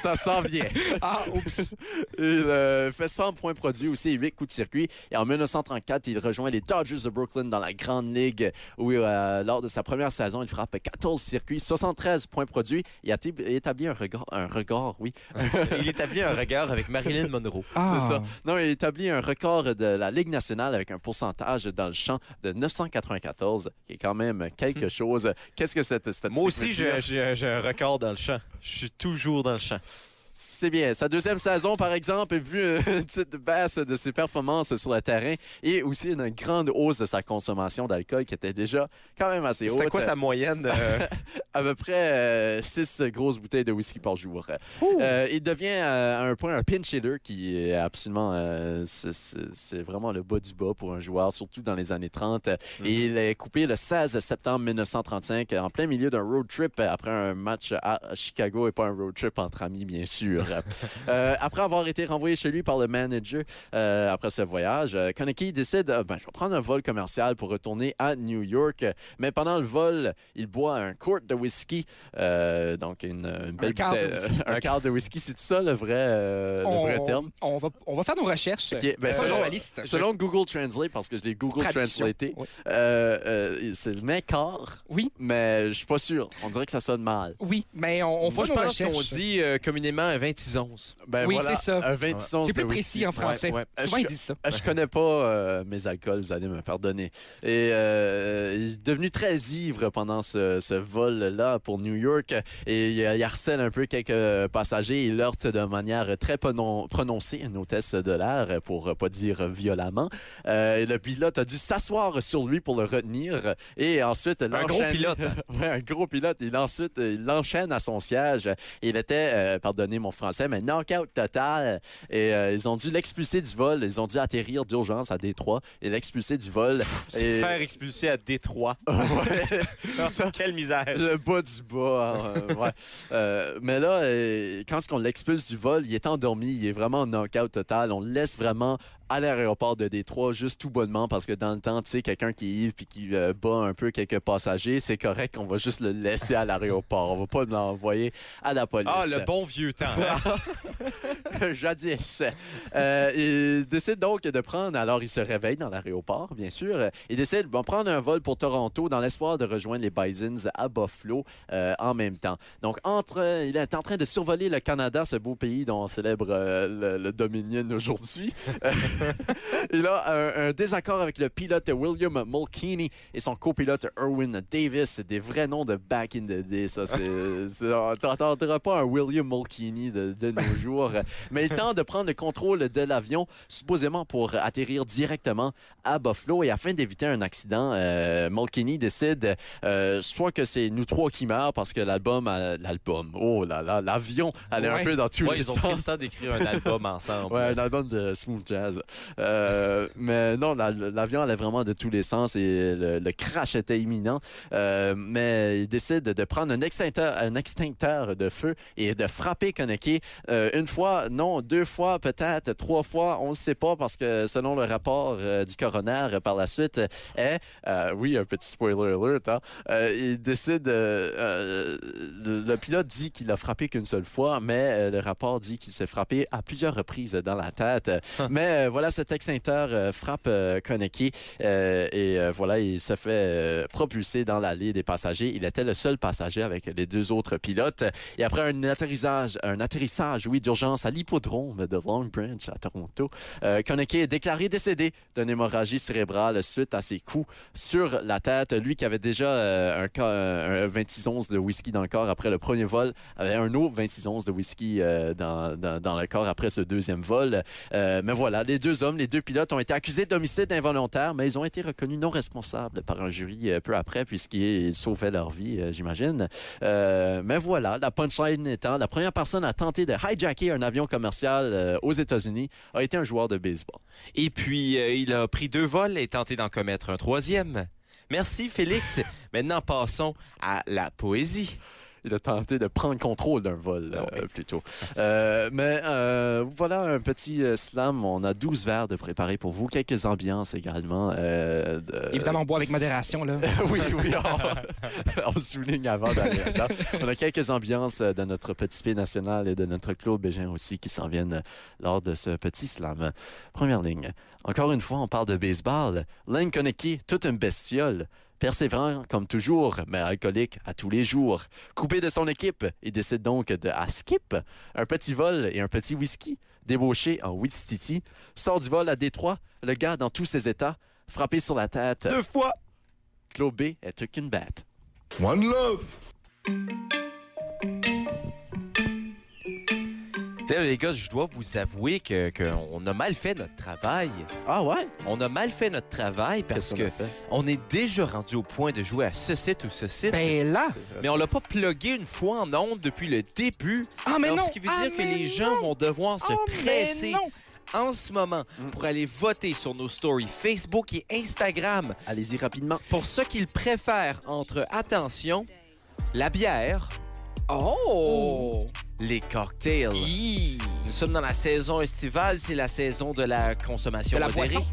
[SPEAKER 4] ça
[SPEAKER 1] *laughs*
[SPEAKER 4] s'en vient.
[SPEAKER 3] Ah, oups.
[SPEAKER 4] Il euh, fait 100 points produits aussi et 8 coups de circuit. Et en 1934, il rejoint les Dodgers de Brooklyn dans la Grande Ligue où, euh, lors de sa première saison, il frappe 14 circuits, 73 points produits et a t- établi un regard, un regard, oui,
[SPEAKER 1] Il établit un regard avec Marilyn Monroe.
[SPEAKER 4] c'est ça. Non, il établit un record de la Ligue nationale avec un pourcentage dans le champ de 994, qui est quand même
[SPEAKER 1] *laughs*
[SPEAKER 4] quelque chose. Qu'est-ce que cette statistique hein?
[SPEAKER 1] Moi aussi,
[SPEAKER 4] veut dire?
[SPEAKER 1] j'ai- j'ai j'ai un record dans le champ. Je suis toujours dans le champ.
[SPEAKER 4] C'est bien. Sa deuxième saison, par exemple, vu euh, *laughs* une petite baisse de ses performances sur le terrain et aussi une grande hausse de sa consommation d'alcool qui était déjà quand même assez haute.
[SPEAKER 1] C'était quoi sa moyenne? *laughs* euh,
[SPEAKER 4] À peu près 6 grosses bouteilles de whisky par jour. Euh, il devient euh, à un point un pinch hitter qui est absolument. euh, c'est- c'est c'est vraiment le bas du bas pour un joueur, surtout dans les années 30.
[SPEAKER 3] Mm-hmm.
[SPEAKER 4] Et il est coupé le 16 septembre 1935 en plein milieu d'un road trip euh, après un match à Chicago et pas un road trip entre amis, bien sûr.
[SPEAKER 3] *laughs*
[SPEAKER 4] Euh, après avoir été renvoyé chez lui par le manager euh, après ce voyage, euh, Konecki décide euh, ben, je vais prendre un vol commercial pour retourner à New York. Mais pendant le vol, il boit un quart de whisky, euh, donc une, une belle
[SPEAKER 3] quart de
[SPEAKER 4] bouteille- euh,
[SPEAKER 3] whisky.
[SPEAKER 4] *laughs* un quart de whisky. C'est ça le vrai, euh, le vrai terme?
[SPEAKER 3] on va, on va faire nos recherches.
[SPEAKER 4] Ok, ben,
[SPEAKER 3] Euh,
[SPEAKER 4] selon,
[SPEAKER 3] journaliste.
[SPEAKER 4] selon Google Translate, parce que je l'ai Google
[SPEAKER 3] Traduction.
[SPEAKER 4] Translaté,
[SPEAKER 3] Oui.
[SPEAKER 4] euh, euh, c'est le même quart,
[SPEAKER 3] Oui,
[SPEAKER 4] mais je suis pas sûr. On dirait que ça sonne mal.
[SPEAKER 3] oui, mais on, on
[SPEAKER 1] Moi,
[SPEAKER 3] va
[SPEAKER 1] je
[SPEAKER 3] nos
[SPEAKER 1] pense qu'on
[SPEAKER 3] recherches.
[SPEAKER 1] dit euh, communément un 26 onces.
[SPEAKER 4] Ben
[SPEAKER 3] Oui,
[SPEAKER 4] voilà,
[SPEAKER 3] c'est ça.
[SPEAKER 4] Un 26 onces
[SPEAKER 3] C'est plus
[SPEAKER 4] de
[SPEAKER 3] précis
[SPEAKER 4] whisky.
[SPEAKER 3] en français.
[SPEAKER 4] Ouais,
[SPEAKER 1] Euh,
[SPEAKER 4] ouais.
[SPEAKER 3] Souvent,
[SPEAKER 4] Je-
[SPEAKER 3] ils disent ça.
[SPEAKER 4] Ah, Je connais pas euh, mes alcools, vous allez me pardonner. Et euh, il est devenu très ivre pendant ce, ce vol-là pour New York. Et euh, il, il harcèle un peu quelques passagers. Il heurte de manière très pronon- prononcée une hôtesse de l'air, pour euh, pas dire violemment. Euh, et le pilote a dû s'asseoir sur lui pour le retenir. Et ensuite,
[SPEAKER 1] Un gros *laughs*
[SPEAKER 4] l'enchaîne-
[SPEAKER 1] pilote.
[SPEAKER 4] *laughs* Ouais, un gros pilote. Il ensuite euh, il l'enchaîne à son siège. Il était, euh, pardonnez mon français, mais knock-out total. Et euh, ils ont dû l'expulser du vol. Ils ont dû atterrir d'urgence à Détroit et l'expulser du vol. Et-
[SPEAKER 1] Faire expulser à *laughs* Détroit. Ah,
[SPEAKER 4] Ouais,
[SPEAKER 1] Quelle misère.
[SPEAKER 4] *laughs* le bas du bas.
[SPEAKER 1] *laughs*
[SPEAKER 4] euh, ouais. Euh, mais là, euh, quand on l'expulse du vol, il est endormi. Il est vraiment en knock-out total. On le laisse vraiment à l'aéroport de Détroit, juste tout bonnement, parce que dans le temps, tu sais, quelqu'un qui est ivre puis qui euh, bat un peu quelques passagers, c'est correct, on va juste le laisser à l'aéroport. On va pas l'envoyer à la police.
[SPEAKER 1] Ah, le bon vieux temps. hein?
[SPEAKER 4] *laughs* Jadis. Euh, il décide donc de prendre, alors il se réveille dans l'aéroport, bien sûr. Il décide de prendre un vol pour Toronto dans l'espoir de rejoindre les Bisons à Buffalo euh, en même temps. Donc, entre, il est en train de survoler le Canada, ce beau pays dont on célèbre euh, le, le Dominion aujourd'hui. Euh, il a un, un désaccord avec le pilote William Mulcahy et son copilote Erwin Davis. C'est des vrais noms de back in the day,
[SPEAKER 1] *laughs*
[SPEAKER 4] ça. c'est- c'est- on T'entendras pas un William Mulcahy de, de nos
[SPEAKER 1] *laughs*
[SPEAKER 4] jours. Mais il tente de prendre le contrôle de l'avion, supposément pour atterrir directement à Buffalo. Et afin d'éviter un accident, euh, Mulcahy décide euh, soit que c'est nous trois qui meurent parce que l'album, euh, l'album, oh là là, l'avion allait
[SPEAKER 3] Ouais.
[SPEAKER 4] un peu dans
[SPEAKER 1] *laughs*
[SPEAKER 4] tous
[SPEAKER 1] Ouais,
[SPEAKER 4] les
[SPEAKER 1] ils ont
[SPEAKER 4] sens.
[SPEAKER 1] pris le temps d'écrire un album ensemble.
[SPEAKER 4] Ouais, un album de smooth jazz. Euh, mais non, la- l'avion allait vraiment de tous les sens et le, le crash était imminent. Euh, mais il décide de prendre un extincteur, un extincteur de feu et de frapper Konaki euh, une fois, non, deux fois, peut-être trois fois, on ne sait pas parce que selon le rapport euh, du coroner euh, par la suite, euh, est, euh, oui, un petit spoiler alert, hein, euh, il décide, euh, euh, le, le pilote dit qu'il l'a frappé qu'une seule fois, mais euh, le rapport dit qu'il s'est frappé à plusieurs reprises dans la tête. mais euh, voilà, cet extincteur euh, frappe euh, Konecki euh, et euh, voilà, il se fait euh, propulser dans l'allée des passagers. Il était le seul passager avec les deux autres pilotes. Et après un atterrissage, un atterrissage, oui, d'urgence à l'hippodrome de Long Branch à Toronto, euh, Konecki est déclaré décédé d'une hémorragie cérébrale suite à ses coups sur la tête. Lui qui avait déjà euh, un, ca- un 26 onces de whisky dans le corps après le premier vol, avait un autre 26 onces de whisky euh, dans, dans, dans le corps après ce deuxième vol. Euh, mais voilà, les deux deux hommes, les deux pilotes, ont été accusés d'homicide involontaire, mais ils ont été reconnus non responsables par un jury euh, peu après, puisqu'ils sauvaient leur vie, euh, j'imagine. Euh, mais voilà, la punchline étant, la première personne à tenter de hijacker un avion commercial euh, aux États-Unis a été un joueur de baseball.
[SPEAKER 1] Et puis, euh, il a pris deux vols et tenté d'en commettre un troisième. Merci, Félix. Maintenant, passons à la poésie.
[SPEAKER 4] Il a tenté de prendre contrôle d'un vol, euh, plutôt. Euh, mais euh, voilà un petit euh, slam. On a 12 verres de préparés pour vous, quelques ambiances également. euh, de-
[SPEAKER 3] Évidemment, on boit avec
[SPEAKER 1] *laughs*
[SPEAKER 3] modération, là.
[SPEAKER 4] *laughs* oui, oui, on, *laughs* on souligne avant d'aller là-dedans. On a quelques ambiances euh, de notre petit P national et de notre Claude Bégin aussi qui s'en viennent euh, lors de ce petit slam. Première ligne. Encore une fois, on parle de baseball. Lane Konecki, toute une bestiole. Persévérant comme toujours, mais alcoolique à tous les jours. Coupé de son équipe, il décide donc de à skip un petit vol et un petit whisky. Débauché en Wistiti, sort du vol à Détroit, le gars dans tous ses états, frappé sur la tête.
[SPEAKER 1] Deux fois.
[SPEAKER 4] Claude B est qu'une batte.
[SPEAKER 6] One love.
[SPEAKER 1] Là, les gars, je dois vous avouer qu'on a mal fait notre travail.
[SPEAKER 4] Ah ouais?
[SPEAKER 1] On a mal fait notre travail parce
[SPEAKER 4] Qu'est-ce qu'on a
[SPEAKER 1] que
[SPEAKER 4] fait?
[SPEAKER 1] on est déjà rendu au point de jouer à ce site ou ce site.
[SPEAKER 3] Ben là!
[SPEAKER 1] mais on l'a pas plugué une fois en ondes depuis le début.
[SPEAKER 3] Ah, mais
[SPEAKER 1] Alors,
[SPEAKER 3] non!
[SPEAKER 1] ce qui veut
[SPEAKER 3] Ah,
[SPEAKER 1] dire que
[SPEAKER 3] mais
[SPEAKER 1] les gens vont devoir
[SPEAKER 3] non!
[SPEAKER 1] se
[SPEAKER 3] Ah, mais
[SPEAKER 1] presser
[SPEAKER 3] non!
[SPEAKER 1] en ce moment
[SPEAKER 4] Mm.
[SPEAKER 1] pour aller voter sur nos stories Facebook et Instagram
[SPEAKER 4] Allez-y rapidement.
[SPEAKER 1] pour ce qu'ils préfèrent entre, attention, la bière,
[SPEAKER 3] Oh!
[SPEAKER 1] les cocktails.
[SPEAKER 3] Hi.
[SPEAKER 1] Nous sommes dans la saison estivale, c'est la saison de la consommation
[SPEAKER 3] De la
[SPEAKER 1] modérée.
[SPEAKER 3] boisson.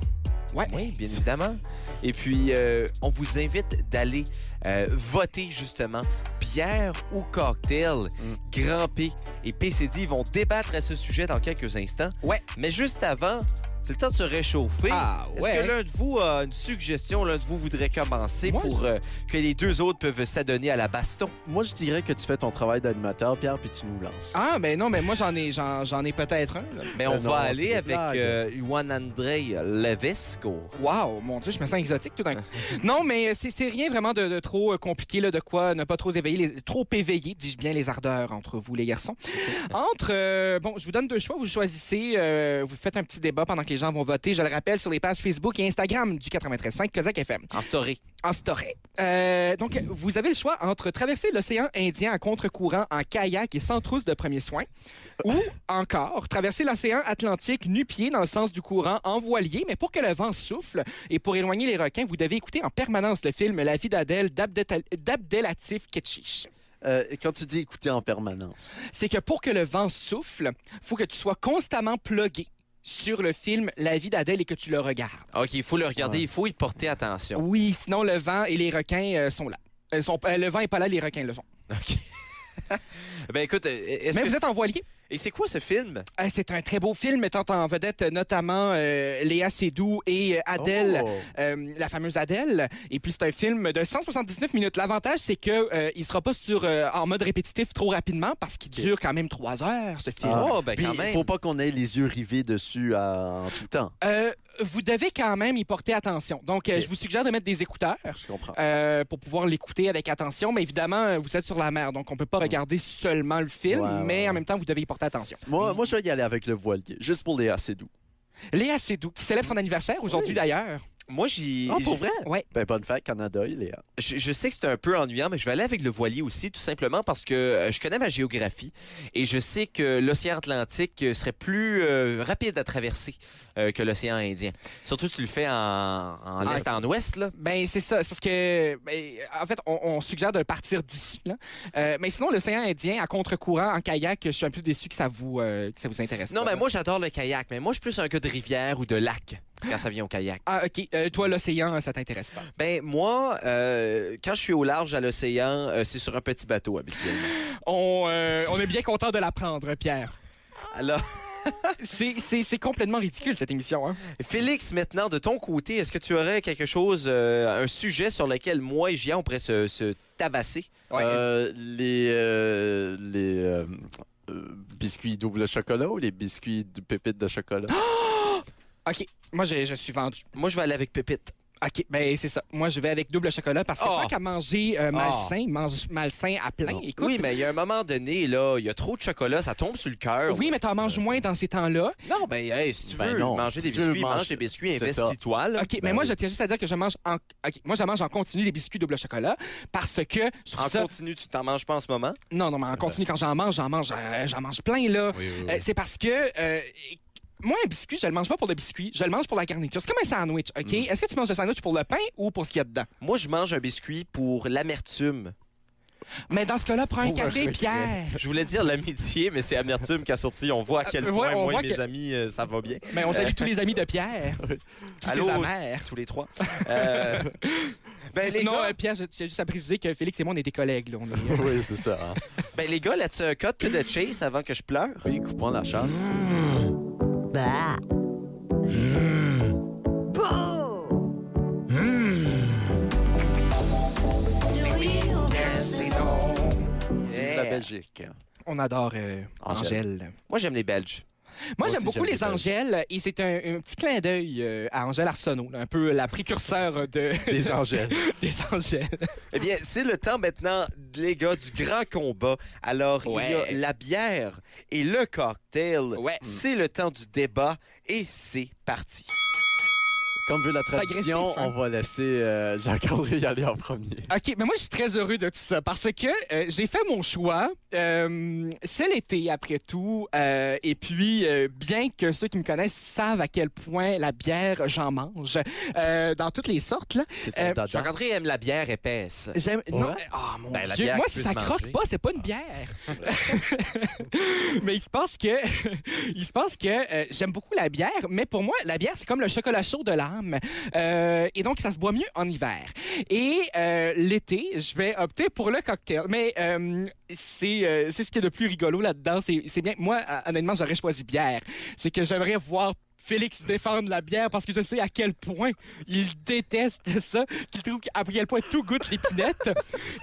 [SPEAKER 3] Ouais.
[SPEAKER 1] Oui, bien évidemment. Et puis, euh, on vous invite d'aller euh, voter justement bière ou cocktail.
[SPEAKER 3] Mm.
[SPEAKER 1] Grand P et PCD vont débattre à ce sujet dans quelques instants.
[SPEAKER 3] Ouais.
[SPEAKER 1] Mais juste avant, c'est le temps de se réchauffer.
[SPEAKER 3] Ah,
[SPEAKER 1] Est-ce
[SPEAKER 3] ouais.
[SPEAKER 1] que l'un de vous a une suggestion, l'un de vous voudrait commencer
[SPEAKER 3] Moi,
[SPEAKER 1] pour euh, que les deux autres peuvent s'adonner à la baston?
[SPEAKER 4] Moi, je dirais que tu fais ton travail d'animateur, Pierre, puis tu nous lances.
[SPEAKER 3] Ah, ben non, mais moi, j'en ai, j'en, j'en ai peut-être un. là.
[SPEAKER 1] Mais Ben, on
[SPEAKER 4] Euh, non,
[SPEAKER 1] va
[SPEAKER 4] c'est
[SPEAKER 1] aller
[SPEAKER 4] des
[SPEAKER 1] avec
[SPEAKER 4] blagues.
[SPEAKER 1] euh, Juan André Levesco.
[SPEAKER 3] Wow, mon Dieu, je me sens exotique tout d'un coup. *laughs* Non, mais euh, c'est, c'est rien vraiment de, de trop euh, compliqué, là, de quoi ne pas trop éveiller, les, trop éveiller, dis-je bien, les ardeurs entre vous, les garçons. Entre, euh, bon, je vous donne deux choix, vous choisissez, euh, vous faites un petit débat pendant que les gens vont voter. Je le rappelle sur les pages Facebook et Instagram du 93.5 Kozak FM.
[SPEAKER 1] En story.
[SPEAKER 3] en Storey. Euh, donc, vous avez le choix entre traverser l'océan Indien à contre-courant en kayak et sans trousse de premiers soins, ou encore traverser l'océan Atlantique nu-pied dans le sens du courant en voilier, mais pour que le vent souffle et pour éloigner les requins, vous devez écouter en permanence le film La vie d'Adèle d'Abdetal- d'Abdelatif Ketchiche.
[SPEAKER 4] Euh, quand tu dis écouter en permanence,
[SPEAKER 3] C'est que pour que le vent souffle, faut que tu sois constamment plugué sur le film La vie d'Adèle et que tu le regardes.
[SPEAKER 1] Ah, OK, il faut le regarder, il faut y porter attention.
[SPEAKER 3] Oui, sinon le vent et les requins euh, sont là. Euh, sont- euh, le vent est pas là, les requins le sont.
[SPEAKER 1] OK. ben écoute, euh, est-ce
[SPEAKER 3] Mais
[SPEAKER 1] que
[SPEAKER 3] vous êtes
[SPEAKER 1] c'est-
[SPEAKER 3] en voilier?
[SPEAKER 1] Et c'est quoi ce film?
[SPEAKER 3] Ah, C'est un très beau film, mettant en vedette euh, notamment euh, Léa Seydoux et euh, Adèle,
[SPEAKER 4] Oh.
[SPEAKER 3] euh, la fameuse Adèle. Et puis, c'est un film de 179 minutes. L'avantage, c'est qu'il ne sera pas sur, euh, en mode répétitif trop rapidement parce qu'il dure quand même trois heures, ce film.
[SPEAKER 1] Oh, ben
[SPEAKER 4] Puis,
[SPEAKER 1] quand même.
[SPEAKER 4] il faut pas qu'on ait les yeux rivés dessus à- en tout temps.
[SPEAKER 3] Euh, vous devez quand même y porter attention. Donc, euh,
[SPEAKER 4] Ok.
[SPEAKER 3] je vous suggère de mettre des écouteurs.
[SPEAKER 4] Je comprends.
[SPEAKER 3] euh, pour pouvoir l'écouter avec attention. Mais évidemment, euh, vous êtes sur la mer, donc on peut pas regarder seulement le film,
[SPEAKER 4] Hmm. Ouais, ouais,
[SPEAKER 3] mais
[SPEAKER 4] ouais.
[SPEAKER 3] en même temps, vous devez y porter attention.
[SPEAKER 4] Moi, moi, je vais y aller avec le voilier, juste pour les assez doux.
[SPEAKER 3] Léa Seydoux, qui célèbre son anniversaire aujourd'hui
[SPEAKER 4] Oui.
[SPEAKER 3] d'ailleurs.
[SPEAKER 1] Moi, j'y...
[SPEAKER 4] Ah, pour vrai?
[SPEAKER 3] Ouais.
[SPEAKER 4] Ben, bonne fête, Canada, il est.
[SPEAKER 1] Je, je sais que c'est un peu ennuyant, mais je vais aller avec le voilier aussi, tout simplement parce que euh, je connais ma géographie et je sais que l'océan Atlantique euh, serait plus euh, rapide à traverser euh, que l'océan Indien. Surtout si tu le fais en, en
[SPEAKER 3] Ah,
[SPEAKER 1] l'est,
[SPEAKER 3] c'est-
[SPEAKER 1] en ouest, là.
[SPEAKER 3] Ben, c'est ça. C'est parce que, ben, en fait, on, on suggère de partir d'ici. là. Euh, mais sinon, l'océan Indien, à contre-courant, en kayak, je suis un peu déçu que ça vous, euh, que ça vous intéresse.
[SPEAKER 1] Non,
[SPEAKER 3] pas,
[SPEAKER 1] mais
[SPEAKER 3] là.
[SPEAKER 1] ben, moi, j'adore le kayak, mais moi, je suis plus un gars de rivière ou de lac quand ça vient au kayak.
[SPEAKER 3] Ah, OK. Euh, toi, l'océan, ça t'intéresse pas.
[SPEAKER 1] Ben, moi, euh, quand je suis au large à l'océan, euh, c'est sur un petit bateau habituellement.
[SPEAKER 3] On, euh, on est bien content de l'apprendre, Pierre.
[SPEAKER 1] Alors,
[SPEAKER 3] Ah, C'est- C'est c'est complètement ridicule, cette émission. Hein?
[SPEAKER 1] Félix, maintenant, de ton côté, est-ce que tu aurais quelque chose, euh, un sujet sur lequel moi et Gian, on pourrait se, se tabasser?
[SPEAKER 3] Ouais.
[SPEAKER 4] Euh, les euh, les euh, euh, biscuits double chocolat ou les biscuits de pépites de chocolat?
[SPEAKER 3] OK. Moi, je, je suis vendu.
[SPEAKER 1] Moi, je vais aller avec Pépite.
[SPEAKER 3] OK, ben c'est ça. Moi, je vais avec double chocolat parce que
[SPEAKER 1] Oh.
[SPEAKER 3] tant qu'à manger euh, malsain, mange malsain à plein, écoute.
[SPEAKER 1] Oui, mais il y a un moment donné, là, il y a trop de chocolat, ça tombe sur le cœur.
[SPEAKER 3] Oui, mais t'en manges moins dans ces temps-là.
[SPEAKER 1] Non, ben, hey, si tu
[SPEAKER 4] Ben
[SPEAKER 1] veux
[SPEAKER 4] non,
[SPEAKER 1] manger
[SPEAKER 4] si
[SPEAKER 1] des
[SPEAKER 4] tu veux
[SPEAKER 1] biscuits, mange,
[SPEAKER 4] manger-
[SPEAKER 1] des biscuits,
[SPEAKER 4] C'est ça.
[SPEAKER 1] investis-toi, là.
[SPEAKER 3] OK, mais moi, je tiens juste à dire que je mange en... OK, moi, je mange en continu des biscuits double chocolat parce que... je trouve
[SPEAKER 1] En
[SPEAKER 3] ça-
[SPEAKER 1] continu, tu t'en manges pas en ce moment?
[SPEAKER 3] Non, non, mais en continu, quand j'en mange, j'en mange, euh, j'en mange plein, là. Euh, c'est parce que... euh, moi, un biscuit, je le mange pas pour le biscuit, je le mange pour la garniture. C'est comme un sandwich, OK?
[SPEAKER 1] Mm.
[SPEAKER 3] Est-ce que tu manges le sandwich pour le pain ou pour ce qu'il y a dedans?
[SPEAKER 1] Moi, je mange un biscuit pour l'amertume.
[SPEAKER 3] Mais dans ce cas-là, prends un
[SPEAKER 4] Pour un
[SPEAKER 3] café,
[SPEAKER 4] regret.
[SPEAKER 3] Pierre.
[SPEAKER 1] Je voulais dire l'amitié, mais c'est amertume qui a sorti. On voit à quel
[SPEAKER 3] Euh, ouais,
[SPEAKER 1] point,
[SPEAKER 3] on
[SPEAKER 1] moi
[SPEAKER 3] voit
[SPEAKER 1] et mes
[SPEAKER 3] que-
[SPEAKER 1] amis, euh, ça va bien.
[SPEAKER 3] Mais Ben, on salue tous les amis
[SPEAKER 1] *laughs*
[SPEAKER 3] de Pierre. Tous
[SPEAKER 1] Allô?
[SPEAKER 3] ses amers.
[SPEAKER 1] Tous les trois. Euh,
[SPEAKER 3] *laughs*
[SPEAKER 1] Ben, les
[SPEAKER 3] non,
[SPEAKER 1] gars,
[SPEAKER 3] euh, Pierre, je tiens juste à préciser que Félix et moi, on est des collègues. Là. On est, euh,
[SPEAKER 4] Oui, c'est ça. hein.
[SPEAKER 1] ben, les gars, let's uh, cut to the chase avant que je pleure.
[SPEAKER 4] Oui, coupons la chasse. La
[SPEAKER 1] Yeah.
[SPEAKER 4] Belgique.
[SPEAKER 3] on adore euh,
[SPEAKER 4] Angèle.
[SPEAKER 3] Angèle.
[SPEAKER 1] Moi, j'aime les Belges.
[SPEAKER 3] Moi,
[SPEAKER 4] Moi
[SPEAKER 3] j'aime
[SPEAKER 4] aussi,
[SPEAKER 3] beaucoup
[SPEAKER 4] j'aime
[SPEAKER 3] les
[SPEAKER 4] les Belges.
[SPEAKER 3] Angèles et c'est un, un petit clin d'œil euh, à Angèle Arsenault, là, un peu euh, la précurseur de...
[SPEAKER 4] *laughs* Des Angèles.
[SPEAKER 3] des Angèles.
[SPEAKER 1] Eh bien, c'est le temps maintenant, les gars, du grand combat. Alors, il y
[SPEAKER 3] Ouais.
[SPEAKER 1] a la bière et le cocktail.
[SPEAKER 3] Ouais.
[SPEAKER 1] C'est le temps du débat et c'est parti.
[SPEAKER 4] Comme veut la
[SPEAKER 3] C'est
[SPEAKER 4] tradition,
[SPEAKER 3] agressif, hein.
[SPEAKER 4] on va laisser euh, Jacques-André y aller en premier.
[SPEAKER 3] OK, mais moi, je suis très heureux de tout ça parce que euh, j'ai fait mon choix. Euh, c'est l'été, après tout. Euh, et puis, euh, bien que ceux qui me connaissent savent à quel point la bière, j'en mange euh, dans toutes les sortes, là.
[SPEAKER 4] C'est ton
[SPEAKER 3] Euh,
[SPEAKER 4] dada.
[SPEAKER 1] Jean-André aime la bière épaisse.
[SPEAKER 3] J'aime. Non.
[SPEAKER 4] Ouais.
[SPEAKER 3] mais- Ah, mon
[SPEAKER 1] Ben, la
[SPEAKER 3] Dieu.
[SPEAKER 1] bière
[SPEAKER 3] Moi,
[SPEAKER 1] qui
[SPEAKER 3] si
[SPEAKER 1] peut
[SPEAKER 3] ça
[SPEAKER 1] se manger.
[SPEAKER 3] croque pas, c'est pas une bière. *laughs* mais il se passe que. *laughs* il se passe que euh, j'aime beaucoup la bière, mais pour moi, la bière, c'est comme le chocolat chaud de l'âme. Euh, et donc, ça se boit mieux en hiver. Et euh, l'été, je vais opter pour le cocktail. Mais euh, c'est euh, c'est ce qui est de plus rigolo là-dedans. C'est c'est bien. Moi, euh, honnêtement, j'aurais choisi bière. C'est que j'aimerais voir. Félix défendre la bière parce que je sais à quel point il déteste ça, qu'il trouve à quel point tout goûte l'épinette.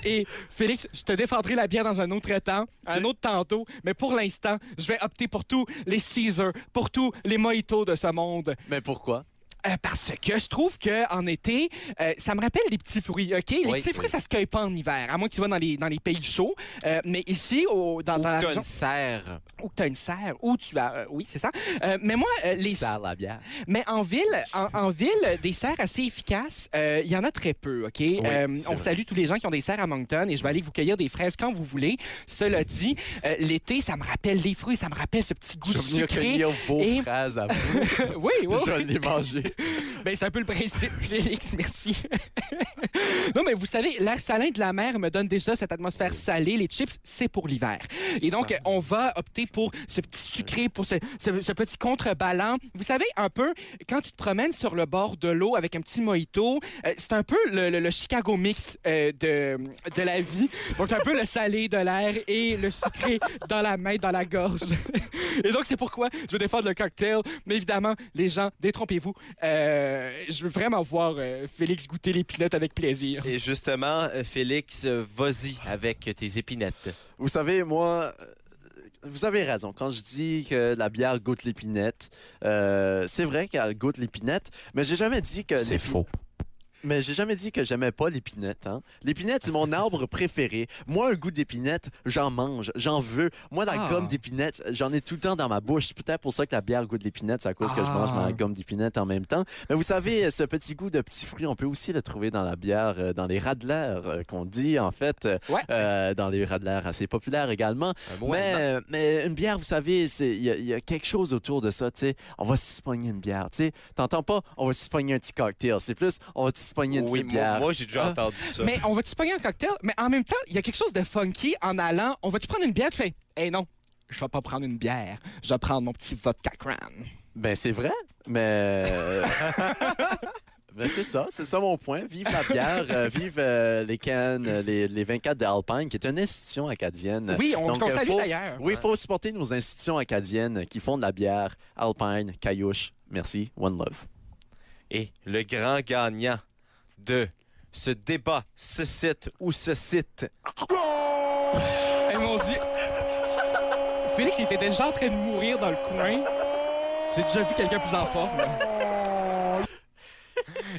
[SPEAKER 3] Et Félix, je te défendrai la bière dans un autre temps, un autre tantôt, mais pour l'instant, je vais opter pour tous les Caesars, pour tous les mojitos de ce monde.
[SPEAKER 4] Mais pourquoi?
[SPEAKER 3] Euh, parce que je trouve que en été, euh, ça me rappelle les petits fruits, OK? Les
[SPEAKER 1] Oui,
[SPEAKER 3] petits fruits,
[SPEAKER 1] oui.
[SPEAKER 3] ça se cueille pas en hiver, à moins que tu vas dans les, dans les pays chauds. Euh, mais ici, au, dans, dans la
[SPEAKER 1] Tonne
[SPEAKER 3] région,
[SPEAKER 1] serre.
[SPEAKER 3] où tu as une serre, où tu as... euh, oui, c'est ça. Euh, mais moi, euh, les...
[SPEAKER 4] Ça, la bière.
[SPEAKER 3] Mais en ville, en, en ville, des serres assez efficaces, euh, il y en a très peu, OK? Euh,
[SPEAKER 4] c'est
[SPEAKER 3] on
[SPEAKER 4] vrai.
[SPEAKER 3] salue tous les gens qui ont des serres à Moncton et je vais aller vous cueillir des fraises quand vous voulez. Cela dit, euh, l'été, ça me rappelle les fruits, ça me rappelle ce petit goût
[SPEAKER 4] Je vais venir
[SPEAKER 3] sucré.
[SPEAKER 4] cueillir vos
[SPEAKER 3] et-
[SPEAKER 4] phrases à vous.
[SPEAKER 3] *laughs* Oui, oui.
[SPEAKER 4] Je vais les manger.
[SPEAKER 3] Ben, c'est un peu le principe, *laughs* Félix, merci. non, mais vous savez, l'air salin de la mer me donne déjà cette atmosphère salée. Les chips, c'est pour l'hiver. Et donc, euh, on va opter pour ce petit sucré, pour ce, ce- ce petit contrebalan. Vous savez, un peu, quand tu te promènes sur le bord de l'eau avec un petit mojito, euh, c'est un peu le, le- le Chicago mix euh, de, de la vie. Donc, un peu le salé de l'air et le sucré dans la main, dans la gorge. *laughs* et donc, c'est pourquoi je veux défendre le cocktail. Mais évidemment, les gens, détrompez-vous. Euh, je veux vraiment voir euh, Félix goûter les pinottes avec plaisir.
[SPEAKER 1] Et justement, euh, Félix, euh, vas-y avec tes épinettes.
[SPEAKER 4] *laughs* Vous savez, moi, euh, vous avez raison. Quand je dis que la bière goûte l'épinette, euh, c'est vrai qu'elle goûte l'épinette, mais j'ai jamais dit que.
[SPEAKER 1] Euh,
[SPEAKER 4] l'épi- Mais j'ai jamais dit que j'aimais pas l'épinette. Hein? L'épinette,
[SPEAKER 3] *laughs*
[SPEAKER 4] c'est mon arbre préféré. Moi, un goût d'épinette, j'en mange, j'en veux. Moi, la
[SPEAKER 3] Ah.
[SPEAKER 4] gomme d'épinette, j'en ai tout le temps dans ma bouche. C'est peut-être pour ça que la bière goûte l'épinette, c'est à cause que je
[SPEAKER 3] Ah.
[SPEAKER 4] mange ma gomme d'épinette en même temps. Mais vous savez, ce petit goût de petit fruit, on peut aussi le trouver dans la bière, euh, dans les radlers euh, qu'on dit, en fait. euh,
[SPEAKER 3] Ouais.
[SPEAKER 4] euh, dans les radlers assez populaires également.
[SPEAKER 1] Un mot
[SPEAKER 4] mais,
[SPEAKER 1] allemand.
[SPEAKER 4] euh, mais une bière, vous savez, c'est- il y, a- il y a quelque chose autour de ça. tu sais. On va se pogner une bière. tu sais. T'entends pas, on va se pogner un petit cocktail. C'est plus, on va se pogner une
[SPEAKER 1] Oui,
[SPEAKER 4] petite
[SPEAKER 1] moi,
[SPEAKER 4] bière.
[SPEAKER 1] moi, j'ai déjà
[SPEAKER 4] Ah.
[SPEAKER 1] entendu ça.
[SPEAKER 3] Mais on va-tu pogner un cocktail? Mais en même temps, il y a quelque chose de funky en allant. On va-tu prendre une bière? Tu fais, hey, non, je vais pas prendre une bière. Je vais prendre mon petit vodka cran.
[SPEAKER 4] Ben, c'est vrai,
[SPEAKER 1] *laughs*
[SPEAKER 4] mais. Mais c'est ça, c'est ça mon point. Vive la bière, euh, vive euh, les cannes, euh, les, les 24 de Alpine, qui est une institution acadienne.
[SPEAKER 3] Oui, on,
[SPEAKER 4] Donc,
[SPEAKER 3] qu'on
[SPEAKER 4] euh,
[SPEAKER 3] salue
[SPEAKER 4] faut-
[SPEAKER 3] d'ailleurs.
[SPEAKER 4] Oui, il faut supporter nos institutions acadiennes qui font de la bière. Alpine, Caillouche, merci, One Love.
[SPEAKER 1] Et le grand gagnant de ce débat, ce site ou ce site,
[SPEAKER 3] Eh, mon Dieu. Félix, il était déjà en train de mourir dans le coin. J'ai déjà vu quelqu'un plus en forme.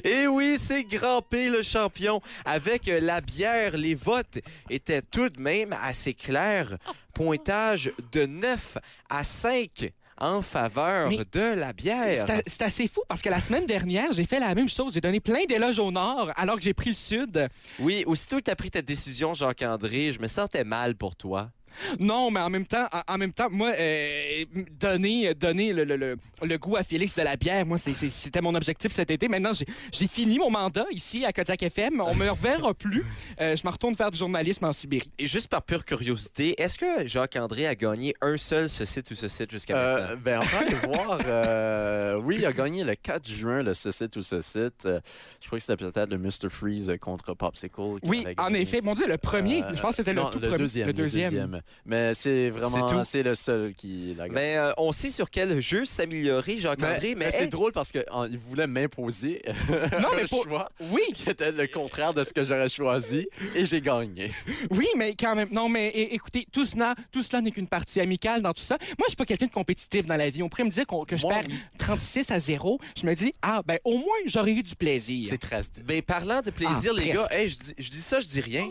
[SPEAKER 1] Et oui, c'est Grand P le champion. Avec euh, la bière, les votes étaient tout de même assez clairs. Pointage de 9 à 5 en faveur
[SPEAKER 3] Mais-
[SPEAKER 1] de la bière.
[SPEAKER 3] C'est a- C'est assez fou parce que la semaine dernière, j'ai fait la même chose. J'ai donné plein d'éloges au nord alors que j'ai pris le sud.
[SPEAKER 1] Oui, aussitôt que tu as pris ta décision, Jacques-André, je me sentais mal pour toi.
[SPEAKER 3] Non, mais en même temps, en, en même temps, moi, euh, donner, donner le, le- le- le goût à Félix de la bière, moi, c'est- c'est- c'était mon objectif cet été. Maintenant, j'ai- j'ai fini mon mandat ici à Kodiak FM. On me reverra plus. Euh, je me retourne faire du journalisme en Sibérie.
[SPEAKER 1] Et juste par pure curiosité, est-ce que Jacques-André a gagné un seul ce site ou ce site jusqu'à maintenant?
[SPEAKER 4] Euh, ben, on va aller
[SPEAKER 1] *laughs*
[SPEAKER 4] voir. euh, oui, il a gagné le 4 juin, le ce site ou ce site. Euh, je crois que c'était peut-être le Mr. Freeze contre Popsicle. qui
[SPEAKER 3] Oui,
[SPEAKER 4] avait
[SPEAKER 3] en
[SPEAKER 4] gagné.
[SPEAKER 3] effet. Mon Dieu, le premier.
[SPEAKER 4] Euh,
[SPEAKER 3] je pense que c'était le
[SPEAKER 4] non,
[SPEAKER 3] tout premier.
[SPEAKER 4] Deuxième, le deuxième. Mais c'est
[SPEAKER 1] C'est tout.
[SPEAKER 4] vraiment. C'est le seul qui l'a gagné.
[SPEAKER 1] Mais euh, on sait sur quel jeu s'améliorer, Jacques-André, mais,
[SPEAKER 4] c'est
[SPEAKER 1] hey,
[SPEAKER 4] drôle parce qu'il voulait m'imposer *laughs*
[SPEAKER 3] Non, mais
[SPEAKER 4] un
[SPEAKER 3] pour-
[SPEAKER 4] choix
[SPEAKER 3] Oui,
[SPEAKER 4] qui était le contraire de ce que j'aurais choisi et j'ai gagné.
[SPEAKER 3] Oui, mais quand même. Non, mais é- écoutez, tout cela, tout cela n'est qu'une partie amicale dans tout ça. Moi, je suis pas quelqu'un de compétitif dans la vie. On pourrait me dire qu'on- que je
[SPEAKER 4] Moi,
[SPEAKER 3] perds 36 à 0. Je me dis, ah, ben, au moins, j'aurais eu du plaisir.
[SPEAKER 4] C'est triste.
[SPEAKER 1] ben, parlant de plaisir,
[SPEAKER 3] Ah,
[SPEAKER 1] les
[SPEAKER 3] presque.
[SPEAKER 1] gars, hey, je dis- je dis ça, je dis rien.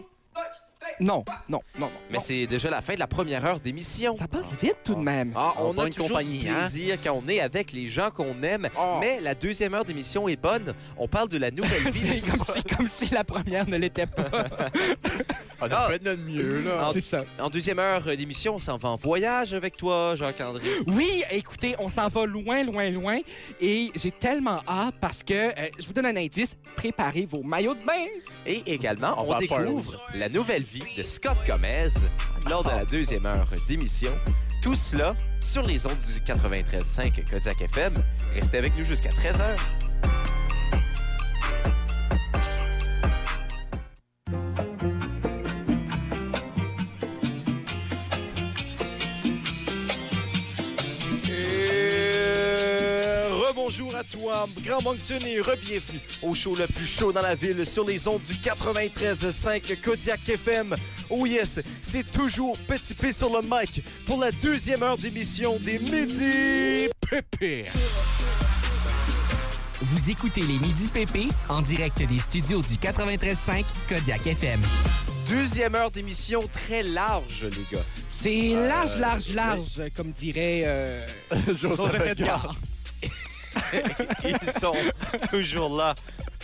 [SPEAKER 3] Non, non, non, non.
[SPEAKER 1] Mais c'est déjà la fin de la première heure d'émission.
[SPEAKER 3] Ça passe vite, tout de même.
[SPEAKER 1] Ah,
[SPEAKER 4] En
[SPEAKER 1] on a
[SPEAKER 4] bonne
[SPEAKER 1] toujours
[SPEAKER 4] compagnie,
[SPEAKER 1] du
[SPEAKER 4] hein?
[SPEAKER 1] plaisir quand on est avec les gens qu'on aime.
[SPEAKER 4] Oh.
[SPEAKER 1] Mais la deuxième heure d'émission est bonne. On parle de la *laughs* nouvelle vie.
[SPEAKER 3] *laughs* C'est comme, si, comme si la première ne l'était pas.
[SPEAKER 4] On a
[SPEAKER 1] Ah.
[SPEAKER 4] fait de notre mieux, là. *laughs*
[SPEAKER 1] Ah.
[SPEAKER 3] C'est ça.
[SPEAKER 1] En deuxième heure euh, d'émission, on s'en va en voyage avec toi, Jacques-André.
[SPEAKER 3] Oui, écoutez, on s'en va loin, loin, loin. Et j'ai tellement hâte parce que, euh, je vous donne un indice, préparez vos maillots de bain.
[SPEAKER 1] Et également,
[SPEAKER 4] On
[SPEAKER 1] on,
[SPEAKER 4] va
[SPEAKER 1] découvre la nouvelle vie de Scott Gomez lors de la deuxième heure d'émission. Tout cela sur les ondes du 93.5 Kodiak FM. Restez avec nous jusqu'à 13h. Et Rebonjour à toi, Grand Moncton, et re-bienvenue au show le plus chaud dans la ville sur les ondes du 93.5 Kodiak FM. Oh yes, c'est toujours Petit P sur le mic pour la deuxième heure d'émission des Midi Pépé.
[SPEAKER 2] Vous écoutez les Midi PP en direct des studios du 93.5 Kodiak FM.
[SPEAKER 1] Deuxième heure d'émission très large, les gars.
[SPEAKER 3] C'est large, large, large, comme dirait euh, Joseph Edgar.
[SPEAKER 1] Ils sont *laughs* toujours là.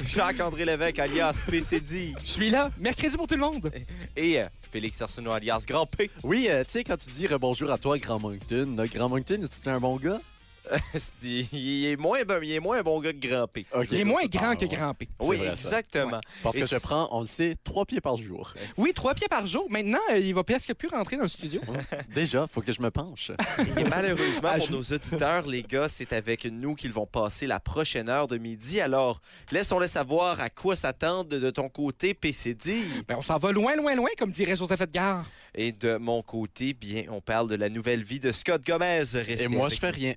[SPEAKER 1] Jacques-André Lévesque, alias PCD,
[SPEAKER 3] Je suis là, mercredi pour tout le monde.
[SPEAKER 1] et euh, Félix Arsenault, alias Grand P. *laughs*
[SPEAKER 4] Oui, euh, tu sais, quand tu dis bonjour à toi, Grand Moncton, là, Grand Moncton, c'est un bon gars?
[SPEAKER 1] Il est moins, bon- il est moins un bon gars que Grand P.
[SPEAKER 4] Ok,
[SPEAKER 3] Il est
[SPEAKER 4] ça,
[SPEAKER 3] moins
[SPEAKER 4] c'est
[SPEAKER 3] grand
[SPEAKER 4] bon,
[SPEAKER 3] que
[SPEAKER 4] ouais.
[SPEAKER 3] Grand P.
[SPEAKER 4] Ah, C'est
[SPEAKER 1] Oui,
[SPEAKER 4] vrai, ça.
[SPEAKER 1] exactement.
[SPEAKER 4] Parce
[SPEAKER 1] Et
[SPEAKER 4] que je
[SPEAKER 1] c'est-
[SPEAKER 4] prends, on le sait, trois pieds par jour.
[SPEAKER 3] Oui, trois pieds par jour. Maintenant, euh, il va presque plus rentrer dans le studio.
[SPEAKER 4] Déjà, faut que je me penche.
[SPEAKER 1] Et malheureusement,
[SPEAKER 3] Ah,
[SPEAKER 1] pour
[SPEAKER 3] je-
[SPEAKER 1] nos auditeurs, les gars, c'est avec nous qu'ils vont passer la prochaine heure de midi. Alors, laissons-les savoir à quoi s'attendre de ton côté, PCD.
[SPEAKER 3] Ben, on s'en va loin, loin, loin, comme dirait Joseph Edgar.
[SPEAKER 1] Et de mon côté, bien, on parle de la nouvelle vie de Scott Gomez. Restez
[SPEAKER 4] Et moi,
[SPEAKER 1] avec
[SPEAKER 4] je fais rien.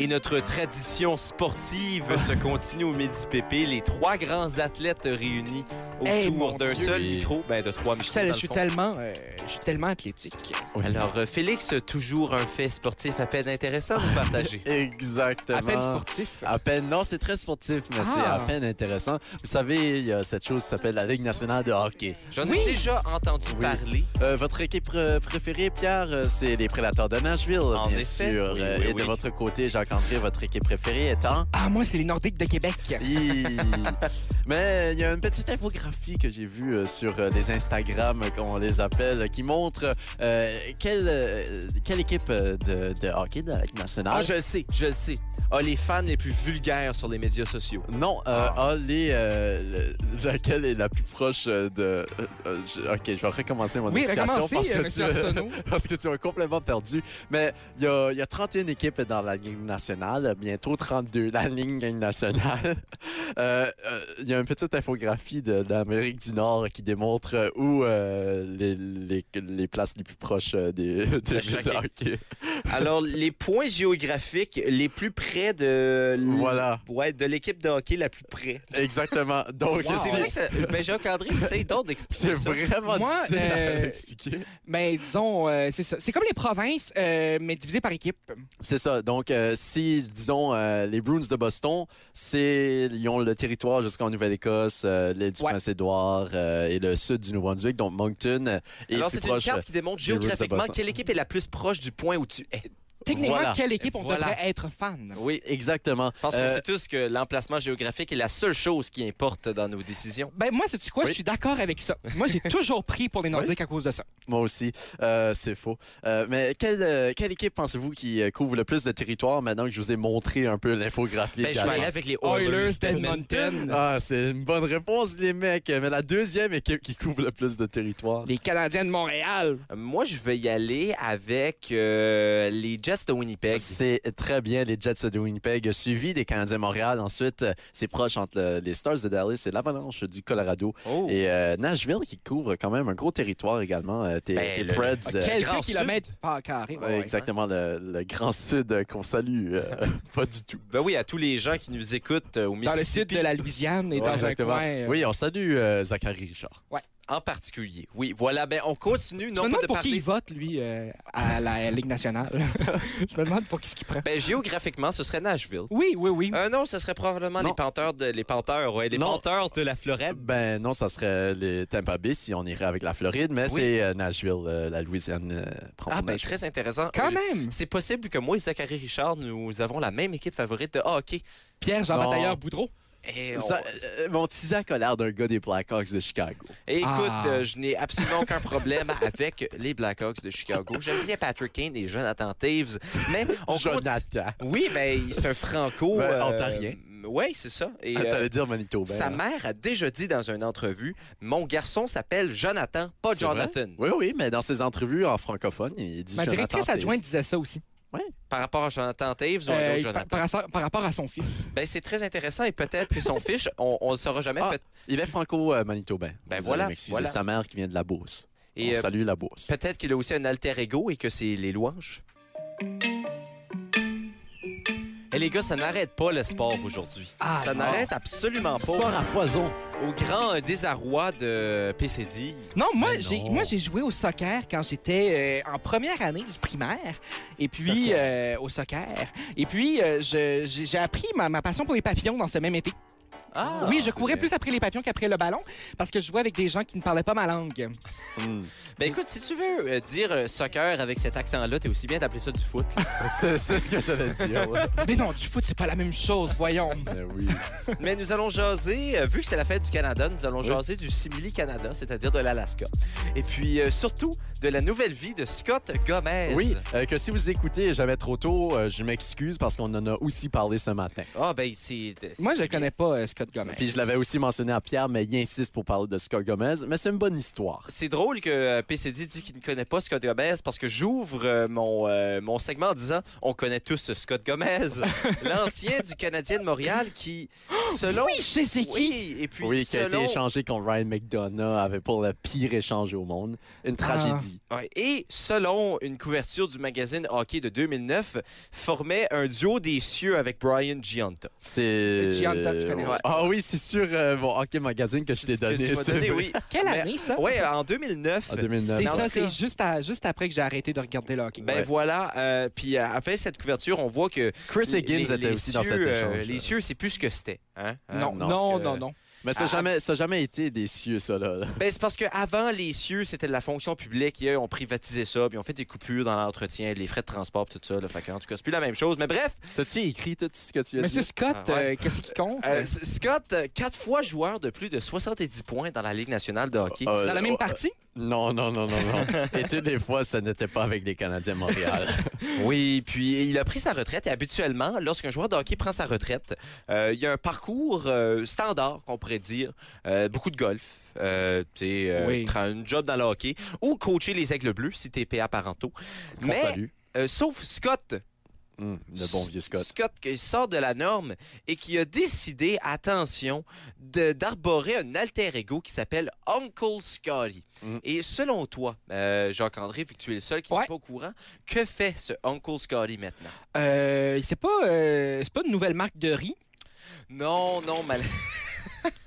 [SPEAKER 1] Et notre tradition sportive se continue au Midi PP. Les trois grands athlètes réunis
[SPEAKER 3] Hey,
[SPEAKER 1] autour
[SPEAKER 3] Eh, mon
[SPEAKER 1] d'un
[SPEAKER 3] Dieu.
[SPEAKER 1] seul
[SPEAKER 4] Oui.
[SPEAKER 1] micro, ben de trois micros.
[SPEAKER 3] Je, suis
[SPEAKER 1] dans
[SPEAKER 3] tel- je
[SPEAKER 1] le
[SPEAKER 3] suis
[SPEAKER 1] fond.
[SPEAKER 3] tellement, euh, je suis tellement athlétique.
[SPEAKER 1] Alors, euh, Félix, toujours un fait sportif à peine intéressant à vous
[SPEAKER 3] *laughs*
[SPEAKER 1] partager.
[SPEAKER 4] Exactement.
[SPEAKER 3] À peine sportif.
[SPEAKER 4] À peine. Non, c'est très sportif, mais c'est
[SPEAKER 3] Ah.
[SPEAKER 4] à peine intéressant. Vous savez, il y a cette chose qui s'appelle la Ligue nationale de hockey.
[SPEAKER 1] J'en
[SPEAKER 3] Oui.
[SPEAKER 1] ai déjà entendu
[SPEAKER 4] Oui.
[SPEAKER 1] parler.
[SPEAKER 4] Euh, votre équipe euh, préférée, Pierre, euh, c'est les Prédateurs de Nashville,
[SPEAKER 1] En
[SPEAKER 4] bien
[SPEAKER 1] effet.
[SPEAKER 4] sûr.
[SPEAKER 1] Oui,
[SPEAKER 4] Euh,
[SPEAKER 1] oui,
[SPEAKER 4] et
[SPEAKER 1] oui.
[SPEAKER 4] de votre côté, Jacques-André, votre équipe préférée étant...
[SPEAKER 3] Ah, moi, c'est les Nordiques de Québec.
[SPEAKER 4] Hi. Mais il y a une petite infographie que j'ai vue euh, sur euh, les Instagram, euh, comme on les appelle, euh, qui montre euh, quelle, euh, quelle équipe euh, de, de hockey de la Ligue nationale.
[SPEAKER 1] Ah, je le sais, je le sais. Ah, les fans les plus vulgaires sur les médias sociaux.
[SPEAKER 4] Non, euh, a les, euh, le- laquelle est la plus proche euh, de. euh, euh, je- ok, je vais recommencer mon
[SPEAKER 3] Oui,
[SPEAKER 4] explication
[SPEAKER 3] recommencez, euh,
[SPEAKER 4] parce,
[SPEAKER 3] monsieur
[SPEAKER 4] que tu,
[SPEAKER 3] *laughs* Arsenault.
[SPEAKER 4] *laughs* parce que tu as complètement perdu. Mais il y a, il y a 31 équipes dans la Ligue nationale, bientôt 32 dans la Ligue nationale. *laughs* Euh, euh, Il y a a une petite infographie de, de l'Amérique du Nord qui démontre euh, où euh, les, les- les places les plus proches euh, des, des
[SPEAKER 1] chaque
[SPEAKER 4] villes de hockey.
[SPEAKER 1] Alors, *laughs* les points géographiques les plus près de l-
[SPEAKER 4] Voilà,
[SPEAKER 1] ouais, de l'équipe de hockey la plus près.
[SPEAKER 4] exactement. Donc,
[SPEAKER 1] C'est vrai
[SPEAKER 4] c'est-
[SPEAKER 1] que ça... Ben, Jacques-André essaye donc
[SPEAKER 3] *laughs*
[SPEAKER 1] d'expliquer
[SPEAKER 4] c'est
[SPEAKER 1] ça.
[SPEAKER 4] vraiment
[SPEAKER 3] Moi,
[SPEAKER 4] difficile
[SPEAKER 3] euh,
[SPEAKER 4] à expliquer.
[SPEAKER 3] Mais disons, euh, c'est ça. C'est comme les provinces, euh, mais divisées par équipe.
[SPEAKER 4] C'est ça. Donc, euh, si, disons, euh, les Bruins de Boston, c'est, ils ont le territoire jusqu'en Nouvelle-Écosse, euh, l'île du
[SPEAKER 3] Ouais.
[SPEAKER 4] Prince-Édouard euh, et le sud du Nouveau-Brunswick, donc Moncton. euh, Est
[SPEAKER 1] Alors,
[SPEAKER 4] plus
[SPEAKER 1] c'est une
[SPEAKER 4] proche.
[SPEAKER 1] carte qui démontre
[SPEAKER 4] des Roosters de
[SPEAKER 1] géographiquement
[SPEAKER 4] Boston.
[SPEAKER 1] quelle équipe est la plus proche du point où tu es.
[SPEAKER 3] Techniquement,
[SPEAKER 4] Voilà.
[SPEAKER 3] quelle équipe on
[SPEAKER 1] Voilà.
[SPEAKER 3] devrait être fan?
[SPEAKER 4] euh, Oui, exactement.
[SPEAKER 1] Je pense
[SPEAKER 4] Euh,
[SPEAKER 1] qu'on sait tous que l'emplacement géographique est la seule chose qui importe dans nos décisions.
[SPEAKER 3] Ben moi, sais-tu quoi? Je suis d'accord avec ça. Moi, *laughs* j'ai toujours pris pour les Nordiques à cause de ça.
[SPEAKER 4] Moi aussi, Euh, c'est faux. Euh, mais quelle, euh, quelle équipe pensez-vous qui euh, couvre le plus de territoire maintenant que je vous ai montré un peu l'infographie?
[SPEAKER 1] Ben, je vais
[SPEAKER 4] également?
[SPEAKER 1] aller avec les Oilers d'Edmonton.
[SPEAKER 4] Ah, c'est une bonne réponse, les mecs. Mais la deuxième équipe qui couvre le plus de territoire.
[SPEAKER 3] Les Canadiens de Montréal.
[SPEAKER 1] Moi, je vais y aller avec euh, les Jets de Winnipeg.
[SPEAKER 4] C'est très bien, les Jets de Winnipeg, suivi des Canadiens de Montréal. Ensuite, euh, c'est proche entre le- les Stars de Dallas et l'Avalanche du Colorado.
[SPEAKER 1] Oh.
[SPEAKER 4] Et euh, Nashville qui couvre quand même un gros territoire également. Euh, Tes
[SPEAKER 1] Ben,
[SPEAKER 4] tes
[SPEAKER 1] le-
[SPEAKER 4] Preds.
[SPEAKER 1] le-
[SPEAKER 4] euh,
[SPEAKER 3] Quel
[SPEAKER 1] Grand
[SPEAKER 3] kilomètre par carré.
[SPEAKER 4] ouais, exactement, le, le Grand Sud euh, qu'on salue. euh, *laughs* pas du tout.
[SPEAKER 1] Ben oui, à tous les gens qui nous écoutent euh, au
[SPEAKER 3] Dans le
[SPEAKER 1] Mississippi
[SPEAKER 3] sud de la Louisiane et
[SPEAKER 4] Ouais,
[SPEAKER 3] dans
[SPEAKER 4] exactement.
[SPEAKER 3] un coin... euh,
[SPEAKER 4] Oui, on salue euh, Zachary Richard.
[SPEAKER 1] en particulier. Oui, voilà. Ben, on continue.
[SPEAKER 3] Je
[SPEAKER 1] Non, pas
[SPEAKER 3] me demande
[SPEAKER 1] de
[SPEAKER 3] pour qui
[SPEAKER 1] parler
[SPEAKER 3] il vote, lui, euh, à la *laughs* Ligue nationale. Je me demande pour qui ce qu'il prend.
[SPEAKER 1] Ben, géographiquement, ce serait Nashville.
[SPEAKER 3] Oui, oui, oui.
[SPEAKER 1] Euh, non, ce serait probablement
[SPEAKER 4] Non.
[SPEAKER 1] les Panthers de les Panthers, ouais, les
[SPEAKER 4] Non.
[SPEAKER 1] Panthers de la Floride.
[SPEAKER 4] Ben non, ça serait les Tampa Bay si on irait avec la Floride, mais
[SPEAKER 1] Oui.
[SPEAKER 4] c'est euh, Nashville, euh, la Louisiane. euh, prend
[SPEAKER 1] Ah ben
[SPEAKER 4] Nashville.
[SPEAKER 1] très intéressant.
[SPEAKER 3] Quand
[SPEAKER 1] Euh,
[SPEAKER 3] même.
[SPEAKER 1] C'est possible que moi et Zachary Richard, nous avons la même équipe favorite de hockey.
[SPEAKER 3] Pierre Jean
[SPEAKER 4] Non.
[SPEAKER 3] Batailleur Boudreau.
[SPEAKER 1] Et on-
[SPEAKER 4] Ça, euh, mon petit Zach a l'air d'un gars des Blackhawks de Chicago.
[SPEAKER 1] Et écoute,
[SPEAKER 3] Ah.
[SPEAKER 1] euh, je n'ai absolument aucun problème avec les Blackhawks de Chicago. J'aime bien Patrick Kane et Jonathan Taves, mais on compte-
[SPEAKER 4] Jonathan.
[SPEAKER 1] Oui, mais c'est un franco
[SPEAKER 4] Ben, ontarien.
[SPEAKER 1] Oui, c'est ça. Et,
[SPEAKER 4] Ah,
[SPEAKER 1] euh,
[SPEAKER 4] T'allais dire Manitoba.
[SPEAKER 1] sa
[SPEAKER 4] là.
[SPEAKER 1] mère a déjà dit dans une entrevue, mon garçon s'appelle Jonathan, pas
[SPEAKER 4] C'est vrai?
[SPEAKER 1] Jonathan.
[SPEAKER 4] Oui, oui, mais dans ses entrevues en francophone, il dit
[SPEAKER 3] Ma
[SPEAKER 4] Jonathan
[SPEAKER 3] directrice
[SPEAKER 4] Taves.
[SPEAKER 3] adjointe disait ça aussi.
[SPEAKER 1] Par rapport à Jonathan Taves ou à un
[SPEAKER 3] Euh,
[SPEAKER 1] autre
[SPEAKER 3] par,
[SPEAKER 1] Jonathan.
[SPEAKER 3] par- par rapport à son fils.
[SPEAKER 1] Ben, c'est très intéressant et peut-être que son fiche, on ne le saura jamais.
[SPEAKER 4] Ah.
[SPEAKER 1] peut-
[SPEAKER 4] Il est euh, franco-manitobain.
[SPEAKER 1] Ben voilà, voilà.
[SPEAKER 4] sa mère qui vient de la Beauce.
[SPEAKER 1] Et
[SPEAKER 4] on
[SPEAKER 1] euh,
[SPEAKER 4] salue la Beauce.
[SPEAKER 1] peut-être qu'il a aussi un alter ego et que c'est les louanges. Et Eh, les gars, ça n'arrête pas le sport aujourd'hui.
[SPEAKER 3] Ah,
[SPEAKER 1] ça
[SPEAKER 3] non.
[SPEAKER 1] n'arrête absolument pas.
[SPEAKER 4] Sport à foison.
[SPEAKER 1] Au grand euh, désarroi de PCD.
[SPEAKER 3] Non, moi,
[SPEAKER 4] Ben
[SPEAKER 3] j'ai,
[SPEAKER 4] non.
[SPEAKER 3] moi, j'ai joué au soccer quand j'étais euh, en première année du primaire. Et puis, euh, au soccer. Et puis, euh, je- j'ai, j'ai appris ma, ma passion pour les papillons dans ce même été.
[SPEAKER 1] Ah,
[SPEAKER 3] oui, je
[SPEAKER 4] c'est
[SPEAKER 3] courais
[SPEAKER 4] bien.
[SPEAKER 3] plus après les papillons qu'après le ballon parce que je jouais avec des gens qui ne parlaient pas ma
[SPEAKER 4] *laughs*
[SPEAKER 3] langue.
[SPEAKER 1] *laughs*
[SPEAKER 4] Hmm.
[SPEAKER 1] Ben écoute, si tu veux euh, dire euh, soccer avec cet accent-là, t'es aussi bien d'appeler ça du
[SPEAKER 3] *laughs*
[SPEAKER 1] foot.
[SPEAKER 4] C'est c'est ce que j'allais dire.
[SPEAKER 1] *laughs*
[SPEAKER 4] ouais.
[SPEAKER 3] Mais non, du foot, c'est pas la même chose, voyons.
[SPEAKER 4] Ben oui.
[SPEAKER 1] Mais nous allons jaser, euh, vu que c'est la fête du Canada, nous allons
[SPEAKER 4] Oui.
[SPEAKER 1] jaser du Simili Canada, c'est-à-dire de l'Alaska. Et puis euh, surtout de la nouvelle vie de Scott Gomez.
[SPEAKER 4] Oui, euh, que si vous écoutez jamais trop tôt, euh, je m'excuse parce qu'on en a aussi parlé ce matin.
[SPEAKER 1] Ah ben c'est. c'est-
[SPEAKER 3] Moi, je
[SPEAKER 1] c'est
[SPEAKER 3] le connais pas euh, Scott
[SPEAKER 1] Ben
[SPEAKER 3] Gomez.
[SPEAKER 4] Puis je l'avais aussi mentionné à Pierre, mais il insiste pour parler de Scott Gomez. Mais c'est une bonne histoire.
[SPEAKER 1] C'est drôle que euh, PCD dit qu'il ne connaît pas Scott Gomez parce que j'ouvre euh, mon, euh, mon segment en disant on connaît tous Scott
[SPEAKER 3] *laughs*
[SPEAKER 1] Gomez, l'ancien du Canadien de Montréal qui, selon.
[SPEAKER 3] Oui, je sais c'est qui.
[SPEAKER 1] Oui, et puis
[SPEAKER 4] oui, qui a été
[SPEAKER 1] selon-
[SPEAKER 4] échangé contre Ryan McDonough avec- pour le pire échange au monde.
[SPEAKER 1] Ah.
[SPEAKER 4] Une tragédie.
[SPEAKER 1] Ouais, Et selon une couverture du magazine Hockey de 2009, formait un duo des cieux avec Brian Giunta.
[SPEAKER 4] C'est.
[SPEAKER 3] Gianta, je connais.
[SPEAKER 4] Ouais. Ah oui, c'est sur euh, mon Hockey Magazine que je t'ai donné.
[SPEAKER 1] Que tu m'as
[SPEAKER 4] c'est
[SPEAKER 1] donné,
[SPEAKER 4] vrai. *laughs*
[SPEAKER 1] oui.
[SPEAKER 3] Quelle
[SPEAKER 1] Mais-
[SPEAKER 3] année, ça?
[SPEAKER 1] Ouais, en 2009.
[SPEAKER 4] En 2009.
[SPEAKER 3] C'est
[SPEAKER 1] Mais en
[SPEAKER 3] ça,
[SPEAKER 1] tout cas-
[SPEAKER 3] c'est juste, à- juste après que j'ai arrêté de regarder le hockey.
[SPEAKER 1] Ben voilà, euh, puis euh, après cette couverture, on voit que
[SPEAKER 4] Chris
[SPEAKER 1] les-
[SPEAKER 4] Higgins
[SPEAKER 1] les-
[SPEAKER 4] était
[SPEAKER 1] les
[SPEAKER 4] aussi dans cet
[SPEAKER 1] cieux, euh,
[SPEAKER 4] échange.
[SPEAKER 1] les cieux, c'est plus ce que c'était. hein? Hein,
[SPEAKER 3] non,
[SPEAKER 1] parce
[SPEAKER 3] non,
[SPEAKER 1] que-
[SPEAKER 3] non, non.
[SPEAKER 4] Mais ça n'a
[SPEAKER 1] Ah,
[SPEAKER 4] jamais, ça a jamais été des cieux, ça, là.
[SPEAKER 1] Ben, c'est parce qu'avant, les cieux, c'était de la fonction publique. Et eux, ils ont privatisé ça, puis ils ont fait des coupures dans l'entretien, les frais de transport, puis tout ça. Là. Fait que, en tout cas, c'est plus la même chose. Mais bref,
[SPEAKER 4] T'as-tu écrit tout ce que tu as
[SPEAKER 3] Monsieur
[SPEAKER 4] dit?
[SPEAKER 3] Scott,
[SPEAKER 1] Ah, ouais.
[SPEAKER 3] euh, qu'est-ce qui compte?
[SPEAKER 1] euh, S- Scott, euh, quatre fois joueur de plus de 70 points dans la Ligue nationale de hockey.
[SPEAKER 4] Euh,
[SPEAKER 3] Dans la
[SPEAKER 4] euh,
[SPEAKER 3] même partie?
[SPEAKER 4] Non, non, non, non,
[SPEAKER 1] *laughs*
[SPEAKER 4] non. Et toutes les fois, ça n'était pas avec les Canadiens de Montréal.
[SPEAKER 1] Oui, puis il a pris sa retraite. Et habituellement, lorsqu'un joueur de hockey prend sa retraite, euh, il y a un parcours euh, standard, qu'on pourrait dire. Euh, beaucoup de golf. Euh, tu sais, euh,
[SPEAKER 3] Oui.
[SPEAKER 1] tra- un job dans le hockey. Ou coacher les aigles bleus, si t'es PA parentaux.
[SPEAKER 4] Qu'on
[SPEAKER 1] Mais,
[SPEAKER 4] salue.
[SPEAKER 1] euh, sauf Scott.
[SPEAKER 4] Hum, le bon vieux Scott.
[SPEAKER 1] qui sort de la norme et qui a décidé, attention, de- d'arborer un alter ego qui s'appelle Uncle Scotty.
[SPEAKER 4] Mm.
[SPEAKER 1] Et selon toi, euh, Jacques-André, vu que tu es le seul qui
[SPEAKER 3] Ouais.
[SPEAKER 1] n'est pas au courant, que fait ce Uncle Scotty maintenant?
[SPEAKER 3] Euh, c'est pas, euh, c'est pas une nouvelle marque de riz.
[SPEAKER 1] Non, non, mal... *laughs*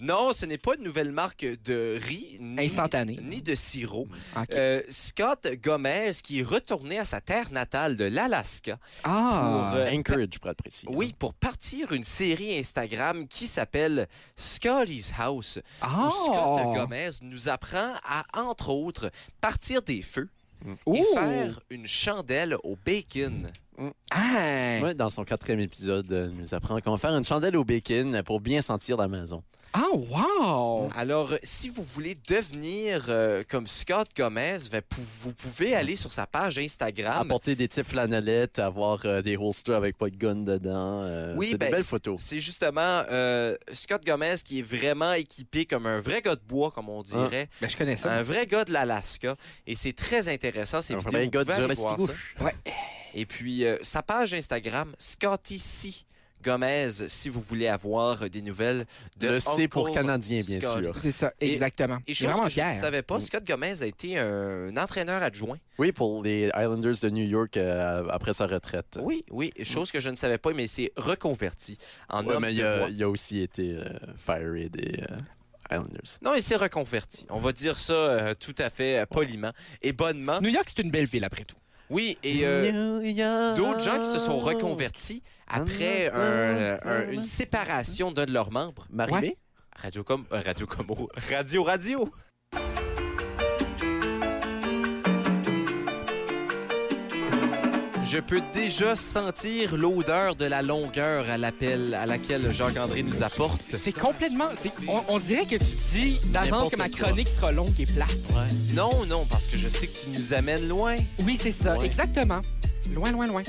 [SPEAKER 1] non, ce n'est pas une nouvelle marque de riz. ni-
[SPEAKER 3] Instantané.
[SPEAKER 1] Ni de sirop.
[SPEAKER 3] Ok.
[SPEAKER 1] Euh, Scott Gomez, qui est retourné à sa terre natale de l'Alaska,
[SPEAKER 3] ah.
[SPEAKER 1] pour, euh,
[SPEAKER 4] Anchorage, pour être précis.
[SPEAKER 1] Oui, pour partir une série Instagram qui s'appelle Scotty's House,
[SPEAKER 3] ah.
[SPEAKER 1] où Scott Gomez nous apprend à, entre autres, partir des feux et
[SPEAKER 3] Oh.
[SPEAKER 1] faire une chandelle au bacon.
[SPEAKER 3] Ah.
[SPEAKER 4] Ouais, dans son quatrième épisode, euh, il nous apprend comment faire une chandelle au bacon pour bien sentir la maison.
[SPEAKER 3] Ah, wow.
[SPEAKER 1] Alors, si vous voulez devenir euh, comme Scott Gomez, ben, pou- vous pouvez aller sur sa page Instagram.
[SPEAKER 4] Apporter des types flanellettes, avoir euh, des holsters avec pas de gun dedans. euh,
[SPEAKER 1] Oui,
[SPEAKER 4] c'est
[SPEAKER 1] ben,
[SPEAKER 4] des belles photos.
[SPEAKER 1] C'est justement euh, Scott Gomez qui est vraiment équipé comme un vrai gars de bois, comme
[SPEAKER 4] Ah,
[SPEAKER 1] on dirait.
[SPEAKER 3] Ben, je connais ça.
[SPEAKER 1] Un vrai gars de l'Alaska. Et c'est très intéressant. C'est
[SPEAKER 4] Un vrai gars hein? du Jurassic
[SPEAKER 1] Et puis, euh, sa page Instagram, Scotty C. Gomez, si vous voulez avoir euh, des nouvelles de
[SPEAKER 4] Le C pour
[SPEAKER 1] Uncle
[SPEAKER 4] Canadien, bien
[SPEAKER 1] Scott.
[SPEAKER 4] sûr.
[SPEAKER 3] C'est ça,
[SPEAKER 1] Et-
[SPEAKER 3] exactement.
[SPEAKER 1] Et chose
[SPEAKER 3] Je suis vraiment
[SPEAKER 1] que je ne
[SPEAKER 3] fier.
[SPEAKER 1] savais
[SPEAKER 4] Mm.
[SPEAKER 1] pas, Scott Gomez a été un entraîneur adjoint.
[SPEAKER 4] Oui, pour les Islanders de New York euh, après sa retraite.
[SPEAKER 1] Oui, oui, chose que je ne savais pas, mais il s'est reconverti en
[SPEAKER 4] Ouais,
[SPEAKER 1] homme
[SPEAKER 4] mais il
[SPEAKER 1] de
[SPEAKER 4] a,
[SPEAKER 1] bois.
[SPEAKER 4] il a aussi été euh, firé des euh, Islanders.
[SPEAKER 1] Non, il s'est reconverti. On va dire ça euh, tout à fait euh, poliment et bonnement.
[SPEAKER 3] New York, c'est une belle ville après tout.
[SPEAKER 1] Oui, et euh, d'autres gens qui se sont reconvertis après un- euh, un- une séparation d'un de leurs membres.
[SPEAKER 4] Marie-Mé?
[SPEAKER 1] Radio comme euh, Radio Como. *laughs* Radio Radio. Je peux déjà sentir l'odeur de la longueur à l'appel à laquelle Jacques-André nous apporte.
[SPEAKER 3] C'est complètement. c'est- On, on dirait que tu dis d'avance
[SPEAKER 4] N'importe
[SPEAKER 3] que ma
[SPEAKER 4] quoi.
[SPEAKER 3] chronique sera longue et plate.
[SPEAKER 1] Non, non, parce que je sais que tu nous amènes loin.
[SPEAKER 3] Oui, c'est ça,
[SPEAKER 4] Ouais.
[SPEAKER 3] exactement. Loin, loin, loin.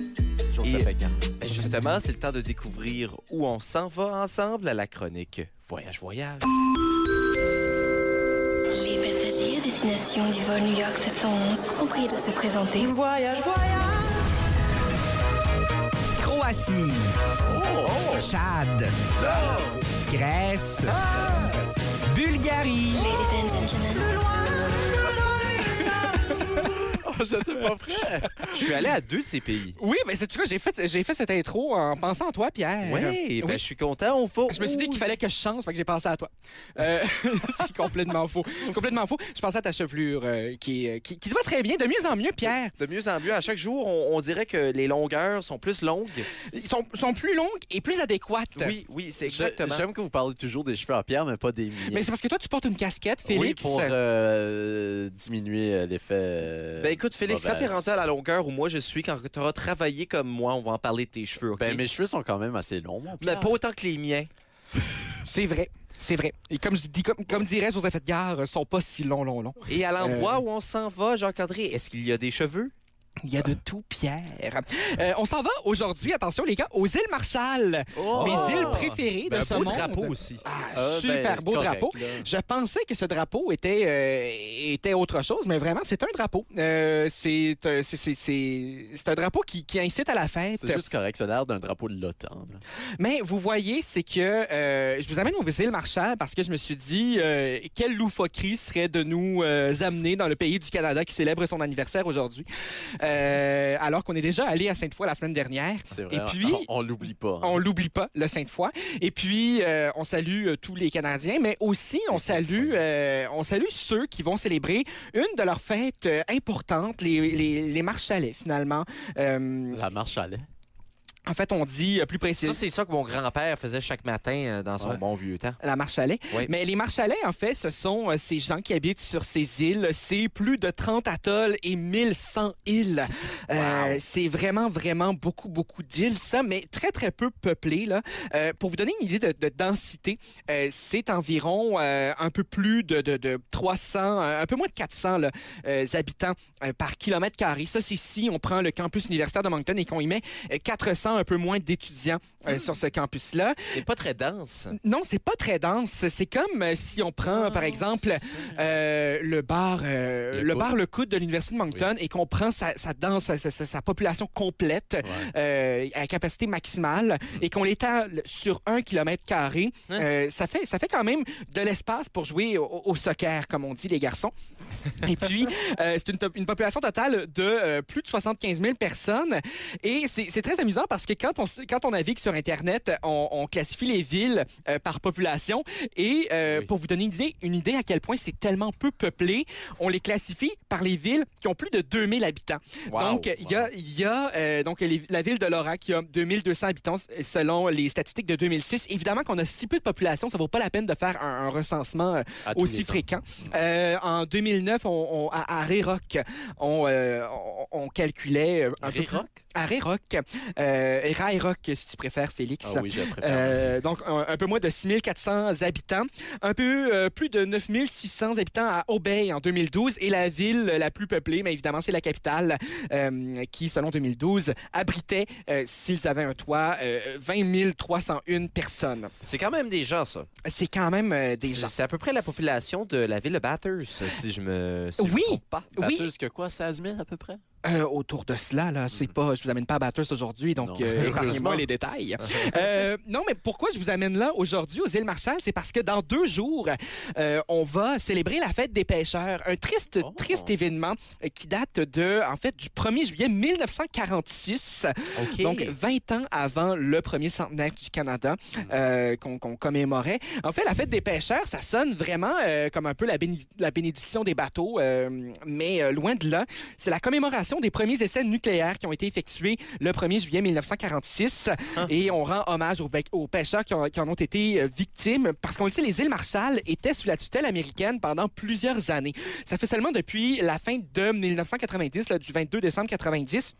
[SPEAKER 4] Toujours ça
[SPEAKER 1] Et-
[SPEAKER 4] fait quand.
[SPEAKER 1] Ben, justement, c'est le temps de découvrir où on s'en va ensemble à la chronique Voyage *laughs* Voyage.
[SPEAKER 7] Les passagers à destination du vol New York 711 sont priés de se présenter.
[SPEAKER 8] Croatie.
[SPEAKER 3] Oh!
[SPEAKER 8] Chad. Grèce. Bulgarie.
[SPEAKER 7] Ladies and gentlemen,
[SPEAKER 1] Oh, Je suis allé à deux de ces pays.
[SPEAKER 3] Oui, mais c'est tout cas, j'ai fait, j'ai fait cette intro en pensant à toi, Pierre.
[SPEAKER 1] Ouais, ben,
[SPEAKER 3] oui.
[SPEAKER 1] je suis content, on va.
[SPEAKER 3] Je me suis dit qu'il fallait que je change, fait que j'ai pensé à toi. Euh, *laughs* c'est complètement faux. Complètement faux. Je pensais à ta chevelure euh, qui, euh, qui, qui te va très bien, de mieux en mieux, Pierre.
[SPEAKER 1] De mieux en mieux, à chaque jour, on, on dirait que les longueurs sont plus longues.
[SPEAKER 3] Ils sont, sont plus longues et plus adéquates.
[SPEAKER 1] Oui, oui, c'est
[SPEAKER 4] Je-
[SPEAKER 1] exactement.
[SPEAKER 4] J'aime que vous parlez toujours des cheveux à pierre, mais pas des miens.
[SPEAKER 3] Mais c'est parce que toi, tu portes une casquette,
[SPEAKER 4] Oui,
[SPEAKER 3] Félix.
[SPEAKER 4] pour euh, diminuer euh, l'effet. euh,
[SPEAKER 1] Ben écoute, Félix, quand t'es
[SPEAKER 4] mauvaise.
[SPEAKER 1] rendu à la longueur où moi je suis, quand t'auras travaillé comme moi, on va en parler de tes cheveux, OK?
[SPEAKER 4] Ben, mes cheveux sont quand même assez longs, mon
[SPEAKER 1] Mais
[SPEAKER 4] Pierre.
[SPEAKER 1] pas autant que les miens.
[SPEAKER 3] C'est vrai. C'est vrai. Et comme, je dis, comme, comme dirait Joseph Edgar, ils sont pas si longs, longs, longs.
[SPEAKER 1] Et à l'endroit où on s'en va, Jacques-André, est-ce qu'il y a des cheveux?
[SPEAKER 3] Il y a de tout, Pierre. Euh, on s'en va aujourd'hui, attention les gars, aux îles Marshall.
[SPEAKER 1] Oh!
[SPEAKER 3] Mes îles préférées
[SPEAKER 1] Ben,
[SPEAKER 3] de ce
[SPEAKER 1] beau
[SPEAKER 3] monde.
[SPEAKER 1] drapeau aussi.
[SPEAKER 3] Ah,
[SPEAKER 4] Ah, ben,
[SPEAKER 3] super beau
[SPEAKER 4] correct,
[SPEAKER 3] drapeau.
[SPEAKER 4] là.
[SPEAKER 3] Je pensais que ce drapeau était, euh, était autre chose, mais vraiment, c'est un drapeau. Euh, c'est un- c'est- c'est- c'est- c'est un drapeau qui, qui incite à la fête.
[SPEAKER 4] C'est juste correct, ça a l'air d'un drapeau de l'OTAN. là.
[SPEAKER 3] Mais vous voyez, c'est que euh, je vous amène aux îles Marshall parce que je me suis dit, euh, quelle loufoquerie serait de nous euh, amener dans le pays du Canada qui célèbre son anniversaire aujourd'hui, Euh, alors qu'on est déjà allé à Sainte-Foy la semaine dernière.
[SPEAKER 4] C'est vrai. Ah,
[SPEAKER 3] Et
[SPEAKER 4] on-
[SPEAKER 3] puis-
[SPEAKER 4] on, l'oublie pas. hein.
[SPEAKER 3] On l'oublie pas, le Sainte-Foy. Et puis, euh, on salue euh, tous les Canadiens, mais aussi, on salue, euh, on salue ceux qui vont célébrer une de leurs fêtes euh, importantes, les, les, les Marchalais, finalement. Euh,
[SPEAKER 4] La marche allait.
[SPEAKER 3] en fait, on dit euh, plus
[SPEAKER 1] Ça,
[SPEAKER 3] précisément...
[SPEAKER 1] c'est ça que mon grand-père faisait chaque matin euh, dans son
[SPEAKER 4] Ouais.
[SPEAKER 1] bon vieux temps.
[SPEAKER 3] la marche à lait.
[SPEAKER 1] Oui.
[SPEAKER 3] Mais les marches à lait, en fait, ce sont euh, ces gens qui habitent sur ces îles. C'est plus de 30 atolls et 1100 îles. Euh, C'est vraiment, vraiment beaucoup, beaucoup d'îles, ça, mais très, très peu peuplées. Là. Euh, pour vous donner une idée de, de densité, euh, c'est environ euh, un peu plus de, de- de 300, euh, un peu moins de 400 là, euh, habitants euh, par kilomètre carré. Ça, c'est si on prend le campus universitaire de Moncton et qu'on y met euh, 400 un peu moins d'étudiants euh, sur ce campus-là.
[SPEAKER 6] C'est pas très dense.
[SPEAKER 3] Non, c'est pas très dense. C'est comme euh, si on prend, par exemple, euh, le bar, euh,
[SPEAKER 4] Le
[SPEAKER 3] le
[SPEAKER 4] coude.
[SPEAKER 3] bar Le Coude de l'Université de Moncton et qu'on prend sa, sa danse, sa, sa- sa population complète euh, à capacité maximale et qu'on l'étale sur un kilomètre carré,
[SPEAKER 6] Hein?
[SPEAKER 3] euh, ça, fait, ça fait quand même de l'espace pour jouer au, au soccer, comme on dit les garçons. Et puis, euh, c'est une, top- une population totale de euh, plus de 75 000 personnes. Et c'est c'est très amusant parce que quand on, s- quand on navigue sur Internet, on, on classifie les villes euh, par population. Et euh,
[SPEAKER 4] Oui.
[SPEAKER 3] pour vous donner une idée, une idée à quel point c'est tellement peu peuplé, on les classifie par les villes qui ont plus de 2000 habitants. donc, il y a, il y a, euh, donc les- la ville de Laurent qui a 2200 habitants s- selon les statistiques de 2006. Évidemment qu'on a si peu de population, ça vaut pas la peine de faire un, un recensement euh,
[SPEAKER 4] À tous
[SPEAKER 3] aussi
[SPEAKER 4] les ans. Mm.
[SPEAKER 3] fréquent. Euh, en 2009, on, on- à, à Rayrock, on, euh, on- on calculait euh, un peu plus- À Rayrock. Euh, Rayrock, si tu préfères, Félix.
[SPEAKER 4] Ah oui, je préfère.
[SPEAKER 3] Euh,
[SPEAKER 4] aussi.
[SPEAKER 3] donc, un, un peu moins de 6400 habitants, un peu euh, plus de 9600 habitants à Obey en 2012 et la ville la plus peuplée, mais évidemment, c'est la capitale euh, qui, selon 2012, abritait, euh, s'ils avaient un toit, euh, 20 301 personnes.
[SPEAKER 6] C'est quand même des gens, ça.
[SPEAKER 3] C'est quand même euh, des
[SPEAKER 6] C'est-
[SPEAKER 3] gens.
[SPEAKER 6] C'est à peu près la population de la ville de Bathurst, si je me. si je me
[SPEAKER 3] Oui.
[SPEAKER 6] trompe pas.
[SPEAKER 3] oui.
[SPEAKER 4] Batteuse que quoi, 16 000 à peu près?
[SPEAKER 3] Euh, autour de cela, là, c'est pas, je vous amène pas à Bathurst aujourd'hui, donc euh,
[SPEAKER 4] Mhm. Non.
[SPEAKER 3] épargnez-moi
[SPEAKER 4] *laughs* Heureusement.
[SPEAKER 3] les
[SPEAKER 4] *laughs*
[SPEAKER 3] détails. Euh, non, mais pourquoi je vous amène là aujourd'hui aux îles Marshall, c'est parce que dans deux jours, euh, on va célébrer la fête des pêcheurs, un triste,
[SPEAKER 4] Oh.
[SPEAKER 3] triste événement euh, qui date de, en fait, du 1er juillet 1946.
[SPEAKER 6] OK.
[SPEAKER 3] Donc, 20 ans avant le premier centenaire du Canada euh, qu'on qu'on commémorait. En fait, la fête des pêcheurs, ça sonne vraiment euh, comme un peu la, béni- la bénédiction des bateaux, euh, mais euh, loin de là. C'est la commémoration des premiers essais nucléaires qui ont été effectués le 1er juillet 1946. Et on rend hommage aux, bec- aux pêcheurs qui, ont- qui en ont été euh, victimes. Parce qu'on le sait, les îles Marshall étaient sous la tutelle américaine pendant plusieurs années. Ça fait seulement depuis la fin de 1990, là, du 22 décembre 90,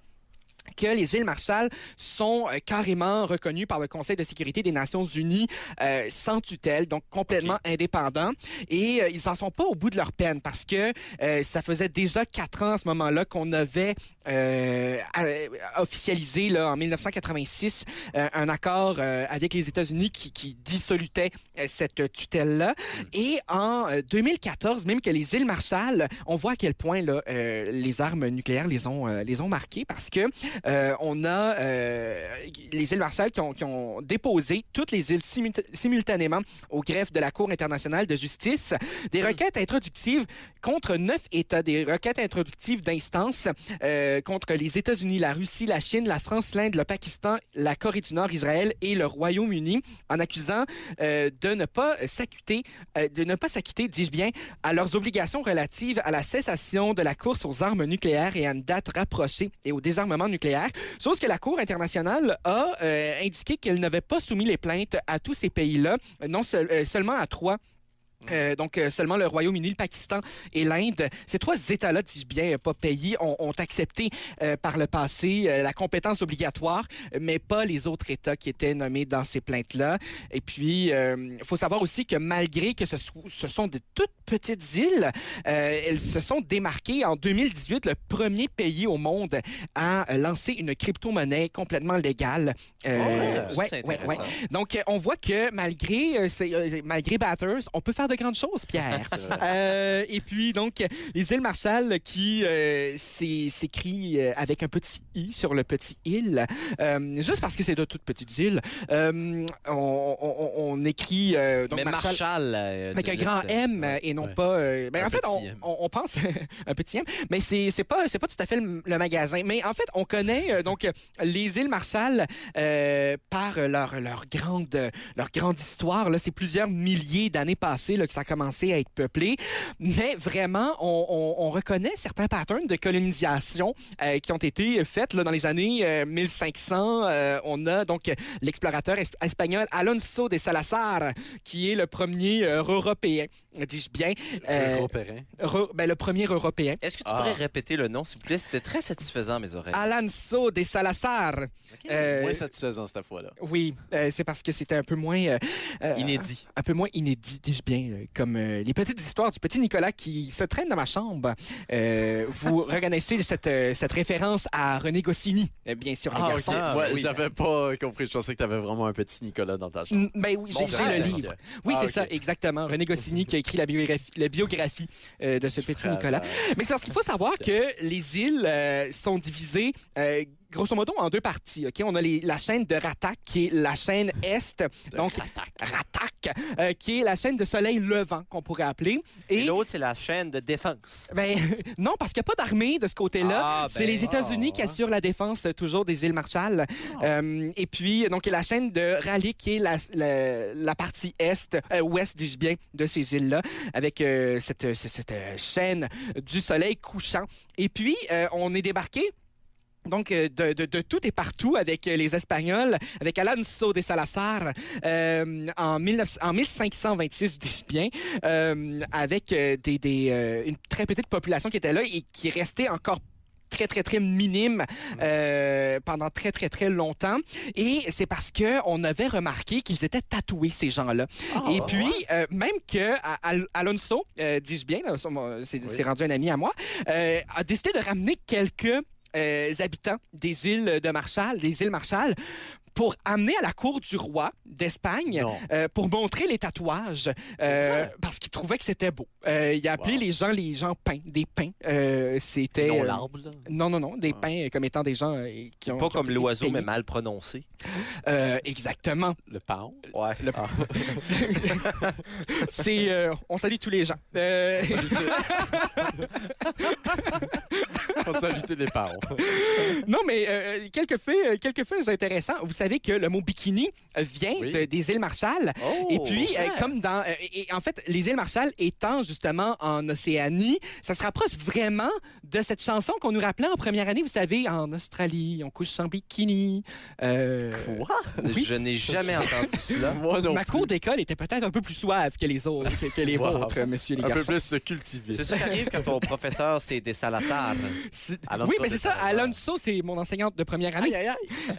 [SPEAKER 3] que les îles Marshall sont euh, carrément reconnues par le Conseil de sécurité des Nations Unies euh, sans tutelle, donc complètement indépendants. Et euh, ils n'en sont pas au bout de leur peine parce que euh, ça faisait déjà quatre ans à ce moment-là qu'on avait euh, à- officialisé là, en 1986 euh, un accord euh, avec les États-Unis qui, qui dissolutait euh, cette tutelle-là. Et en euh, 2014, même que les îles Marshall, on voit à quel point là, euh, les armes nucléaires les ont, euh, les ont marquées parce que euh, on a euh, les îles Marshall qui ont, qui ont déposé toutes les îles simulta- simultanément au greffe de la Cour internationale de justice des requêtes introductives contre neuf États, des requêtes introductives d'instance euh, contre les États-Unis, la Russie, la Chine, la France, l'Inde, le Pakistan, la Corée du Nord, Israël et le Royaume-Uni en accusant euh, de ne pas s'acquitter, euh, de ne pas s'acquitter, dis-je bien, à leurs obligations relatives à la cessation de la course aux armes nucléaires et à une date rapprochée et au désarmement nucléaire. Sauf que la Cour internationale a euh, indiqué qu'elle n'avait pas soumis les plaintes à tous ces pays-là, non seul- euh, seulement à trois.
[SPEAKER 6] Mm.
[SPEAKER 3] Euh, donc, euh, seulement le Royaume-Uni, le Pakistan et l'Inde, ces trois États-là, dis-je bien, euh, pas pays, ont, ont accepté euh, par le passé euh, la compétence obligatoire, mais pas les autres États qui étaient nommés dans ces plaintes-là. Et puis, il faut savoir aussi que malgré que ce, so- ce sont de toutes petites îles, euh, elles se sont démarquées en 2018, le premier pays au monde à euh, lancer une crypto-monnaie complètement légale. Euh,
[SPEAKER 6] Ah, Oh, Ça,
[SPEAKER 3] ouais,
[SPEAKER 6] c'est
[SPEAKER 3] ouais, ouais.
[SPEAKER 6] intéressant.
[SPEAKER 3] Donc, euh, on voit que malgré, euh, ces- euh, malgré Batters, on peut faire de grandes choses, Pierre. Euh, et puis, donc, euh, les îles Marshall qui euh, s'é- s'écrit euh, avec un petit i sur le petit île, euh, juste parce que c'est de toutes petites îles, euh, on, on- on écrit euh, donc
[SPEAKER 6] Mais
[SPEAKER 3] Marshall.
[SPEAKER 6] Marshall. euh,
[SPEAKER 3] Avec un
[SPEAKER 6] de-
[SPEAKER 3] grand
[SPEAKER 6] de-
[SPEAKER 3] M euh, et non
[SPEAKER 4] ouais.
[SPEAKER 3] pas. euh, ben,
[SPEAKER 4] Un
[SPEAKER 3] en fait, on,
[SPEAKER 4] petit M.
[SPEAKER 3] on- on pense *laughs* un petit M, mais c'est c'est pas c'est pas tout à fait le, le magasin. Mais en fait, on connaît euh, donc euh, les îles Marshall euh, par leur leur grande leur grande histoire. Là, c'est plusieurs milliers d'années passées là, que ça a commencé à être peuplé. Mais vraiment, on, on- on reconnaît certains patterns de colonisation euh, qui ont été faites là, dans les années euh, 1500. Euh, on a donc l'explorateur es- espagnol Alonso de Salazar, qui est le premier euh, européen, dis-je bien. Euh,
[SPEAKER 4] gros Perrin.
[SPEAKER 3] re- ben, le premier européen.
[SPEAKER 6] Est-ce que tu
[SPEAKER 4] Ah.
[SPEAKER 6] pourrais répéter le nom, s'il vous plaît? C'était très satisfaisant, mes
[SPEAKER 3] Ah,
[SPEAKER 6] oreilles.
[SPEAKER 3] Alonso de Salazar.
[SPEAKER 6] Ok.
[SPEAKER 3] Euh,
[SPEAKER 4] Moins satisfaisant cette fois-là.
[SPEAKER 3] oui, euh, c'est parce que c'était un peu moins euh, euh,
[SPEAKER 6] Inédit.
[SPEAKER 3] un peu moins inédit, dis-je bien, euh, comme euh, les petites histoires du petit Nicolas qui se traîne dans ma chambre. Euh,
[SPEAKER 4] *laughs*
[SPEAKER 3] vous reconnaissez cette, euh, cette référence à René Goscinny, euh, bien sûr, le
[SPEAKER 4] Ah,
[SPEAKER 3] garçon.
[SPEAKER 4] ok. Ouais,
[SPEAKER 3] Oui.
[SPEAKER 4] J'avais pas compris. Je pensais que t'avais vraiment un petit Nicolas dans ta chambre.
[SPEAKER 3] Mm, Ben oui, j'ai
[SPEAKER 4] Mon
[SPEAKER 3] j'ai
[SPEAKER 4] frère.
[SPEAKER 3] le livre. Oui,
[SPEAKER 4] Ah,
[SPEAKER 3] c'est
[SPEAKER 4] ok.
[SPEAKER 3] ça, exactement. René Goscinny qui a écrit la biographie, la biographie euh, de ce petit
[SPEAKER 4] Frère,
[SPEAKER 3] Nicolas.
[SPEAKER 4] euh,
[SPEAKER 3] Mais c'est parce qu'il faut savoir que les îles euh, sont divisées. euh, Grosso modo, en deux parties. ok? On a les- la chaîne de Ratak, qui est la chaîne Est, donc Ratak, euh, qui est la chaîne de soleil levant, qu'on pourrait appeler.
[SPEAKER 6] Et
[SPEAKER 3] Et,
[SPEAKER 6] l'autre, c'est la chaîne de défense.
[SPEAKER 3] ben, *laughs* non, parce qu'il n'y a pas d'armée de ce côté-là.
[SPEAKER 6] Ah,
[SPEAKER 3] c'est
[SPEAKER 6] ben, Ah.
[SPEAKER 3] les États-Unis qui assurent la défense euh, toujours des îles Marshall. Euh, et puis, donc, il y a la chaîne de Raleigh qui est la, la- la partie est, euh, ouest, dis-je bien, de ces îles-là, avec euh, cette, cette- cette, euh, chaîne du soleil couchant. Et puis, euh, on est débarqué. Donc, euh, de, de- de tout et partout avec euh, les Espagnols, avec Alonso de Salazar euh, en, 19 en 1526, dis-je bien, euh, avec euh, des, des, euh, une très petite population qui était là et qui restait encore très, très, très minime euh, pendant très, très, très longtemps. Et c'est parce que on avait remarqué qu'ils étaient tatoués, ces gens-là. et puis, euh, même que à- Al- Alonso, euh, dis-je bien, Alonso, mon- c'est c'est rendu un ami à moi, euh, a décidé de ramener quelques euh, habitants des îles de Marshall, des îles Marshall, pour amener à la cour du roi d'Espagne
[SPEAKER 4] Non.
[SPEAKER 3] euh, pour montrer les tatouages euh, parce qu'il trouvait que c'était beau. Euh, il a appelé les gens les gens peints, des peints. Euh, c'était
[SPEAKER 4] Non,
[SPEAKER 3] euh,
[SPEAKER 4] l'arbre, là.
[SPEAKER 3] non non non, des
[SPEAKER 4] Ah.
[SPEAKER 3] peints euh, comme étant des gens euh, qui ont
[SPEAKER 6] Pas
[SPEAKER 3] qui ont
[SPEAKER 6] comme
[SPEAKER 3] été
[SPEAKER 6] l'oiseau, mais
[SPEAKER 3] peignés.
[SPEAKER 6] mal prononcé.
[SPEAKER 3] Euh, exactement.
[SPEAKER 4] Le Ah, paon.
[SPEAKER 6] Ouais.
[SPEAKER 3] C'est euh, on salue tous les gens. Euh,
[SPEAKER 4] On salue tous
[SPEAKER 3] *laughs*
[SPEAKER 4] les paons.
[SPEAKER 3] *laughs* non mais euh, quelques faits euh, quelques faits intéressants. Vous savez que le mot bikini vient
[SPEAKER 4] Oui.
[SPEAKER 3] de- des îles Marshall
[SPEAKER 6] Oh!
[SPEAKER 3] Et
[SPEAKER 4] Oh,
[SPEAKER 3] puis, euh, comme dans. euh, et- et en fait, les îles Marshall étant justement en Océanie, ça se rapproche vraiment de cette chanson qu'on nous rappelait en première année. Vous savez, en Australie, on couche en bikini. Euh,
[SPEAKER 4] Quoi?
[SPEAKER 3] oui.
[SPEAKER 6] Je n'ai jamais entendu cela.
[SPEAKER 4] *laughs* Moi non.
[SPEAKER 3] Ma cour d'école était peut-être un peu plus suave que les autres,
[SPEAKER 4] *laughs*
[SPEAKER 3] que, que les
[SPEAKER 4] Wow.
[SPEAKER 3] vôtres, monsieur les
[SPEAKER 4] Un peu
[SPEAKER 3] garçons.
[SPEAKER 4] plus se cultiver.
[SPEAKER 6] C'est ça qui arrive quand ton professeur, c'est des Salazar.
[SPEAKER 3] C'est-
[SPEAKER 4] Alonso
[SPEAKER 3] Oui, mais c'est
[SPEAKER 4] de
[SPEAKER 3] ça.
[SPEAKER 4] Salazar.
[SPEAKER 3] Alonso, c'est mon enseignante de première année.
[SPEAKER 4] aïe,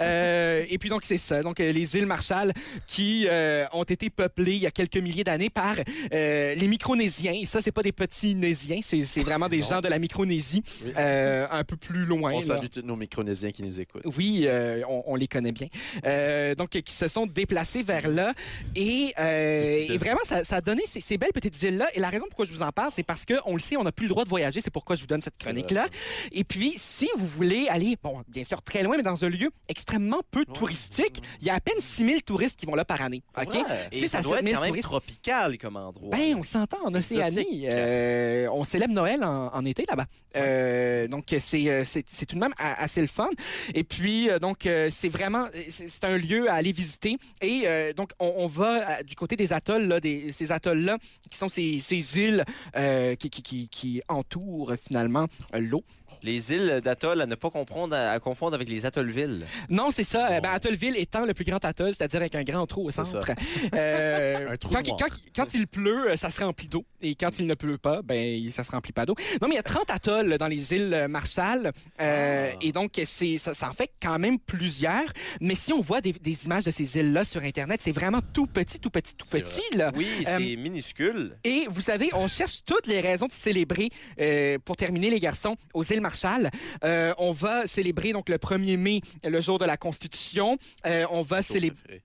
[SPEAKER 3] Euh, et puis donc c'est ça, donc euh, les îles Marshall qui euh, ont été peuplées il y a quelques milliers d'années par euh, les Micronésiens. Et ça, c'est pas des petits Nésiens, c'est c'est vraiment des gens de la Micronésie,
[SPEAKER 4] Oui.
[SPEAKER 3] euh, un peu plus loin.
[SPEAKER 4] On
[SPEAKER 3] là.
[SPEAKER 4] salue tous nos Micronésiens qui nous écoutent.
[SPEAKER 3] Oui, euh, on, on les connaît bien. Euh, donc, euh, qui se sont déplacés vers là. Et, euh, et vraiment, ça, ça a donné ces, ces belles petites îles-là. Et la raison pourquoi je vous en parle, c'est parce qu'on le sait, on n'a plus le droit de voyager. C'est pourquoi je vous donne cette
[SPEAKER 4] C'est vrai,
[SPEAKER 3] chronique-là. Et puis, si vous voulez aller, bon, bien sûr, très loin, mais dans un lieu extrêmement peu touristique, il y a à peine 6000 touristes qui vont là par année. OK?
[SPEAKER 6] Ah Et
[SPEAKER 3] Si
[SPEAKER 6] ça
[SPEAKER 3] ça
[SPEAKER 6] doit être
[SPEAKER 3] 7000
[SPEAKER 6] quand même
[SPEAKER 3] touristes.
[SPEAKER 6] tropical comme endroit.
[SPEAKER 3] Ben, on s'entend en Océanie.
[SPEAKER 6] Exotique.
[SPEAKER 3] Euh, on célèbre Noël en, en été là-bas. Euh, donc, c'est, euh, c'est, c'est tout de même a- assez le fun. Et puis, euh, donc, euh, c'est vraiment, c'est, c'est un lieu à aller visiter. Et euh, donc, on, on va euh, du côté des atolls, là, des, ces atolls-là, qui sont ces, ces îles euh, qui, qui, qui, qui entourent euh, finalement euh, l'eau.
[SPEAKER 6] Les îles d'atoll à ne pas comprendre, à, à confondre avec les atolls-villes.
[SPEAKER 3] Non, c'est ça. Euh, Ben, Atollville étant le plus grand atoll, c'est-à-dire avec un grand trou au
[SPEAKER 4] C'est ça. *laughs*
[SPEAKER 3] centre. Euh,
[SPEAKER 4] Un trou
[SPEAKER 3] quand,
[SPEAKER 4] noir.
[SPEAKER 3] quand- quand il pleut, euh, ça se remplit d'eau. Et quand il ne pleut pas, ben, il- ça se remplit pas d'eau. Non, mais il y a 30 atolls dans les îles Marshall. Euh,
[SPEAKER 4] Ah.
[SPEAKER 3] Et donc, c'est, ça, ça en fait quand même plusieurs. Mais si on voit des, des images de ces îles-là sur Internet, c'est vraiment tout petit, tout petit, tout
[SPEAKER 4] C'est
[SPEAKER 3] petit. Là.
[SPEAKER 6] Oui,
[SPEAKER 3] Euh,
[SPEAKER 6] c'est minuscule.
[SPEAKER 3] Et vous savez, on cherche toutes les raisons de célébrer, euh, pour terminer les garçons, aux îles Marshall. Euh, on va célébrer donc le 1er mai, le jour de la Constitution. Euh, on va
[SPEAKER 4] Chaud,
[SPEAKER 3] célébrer,
[SPEAKER 4] c'est vrai.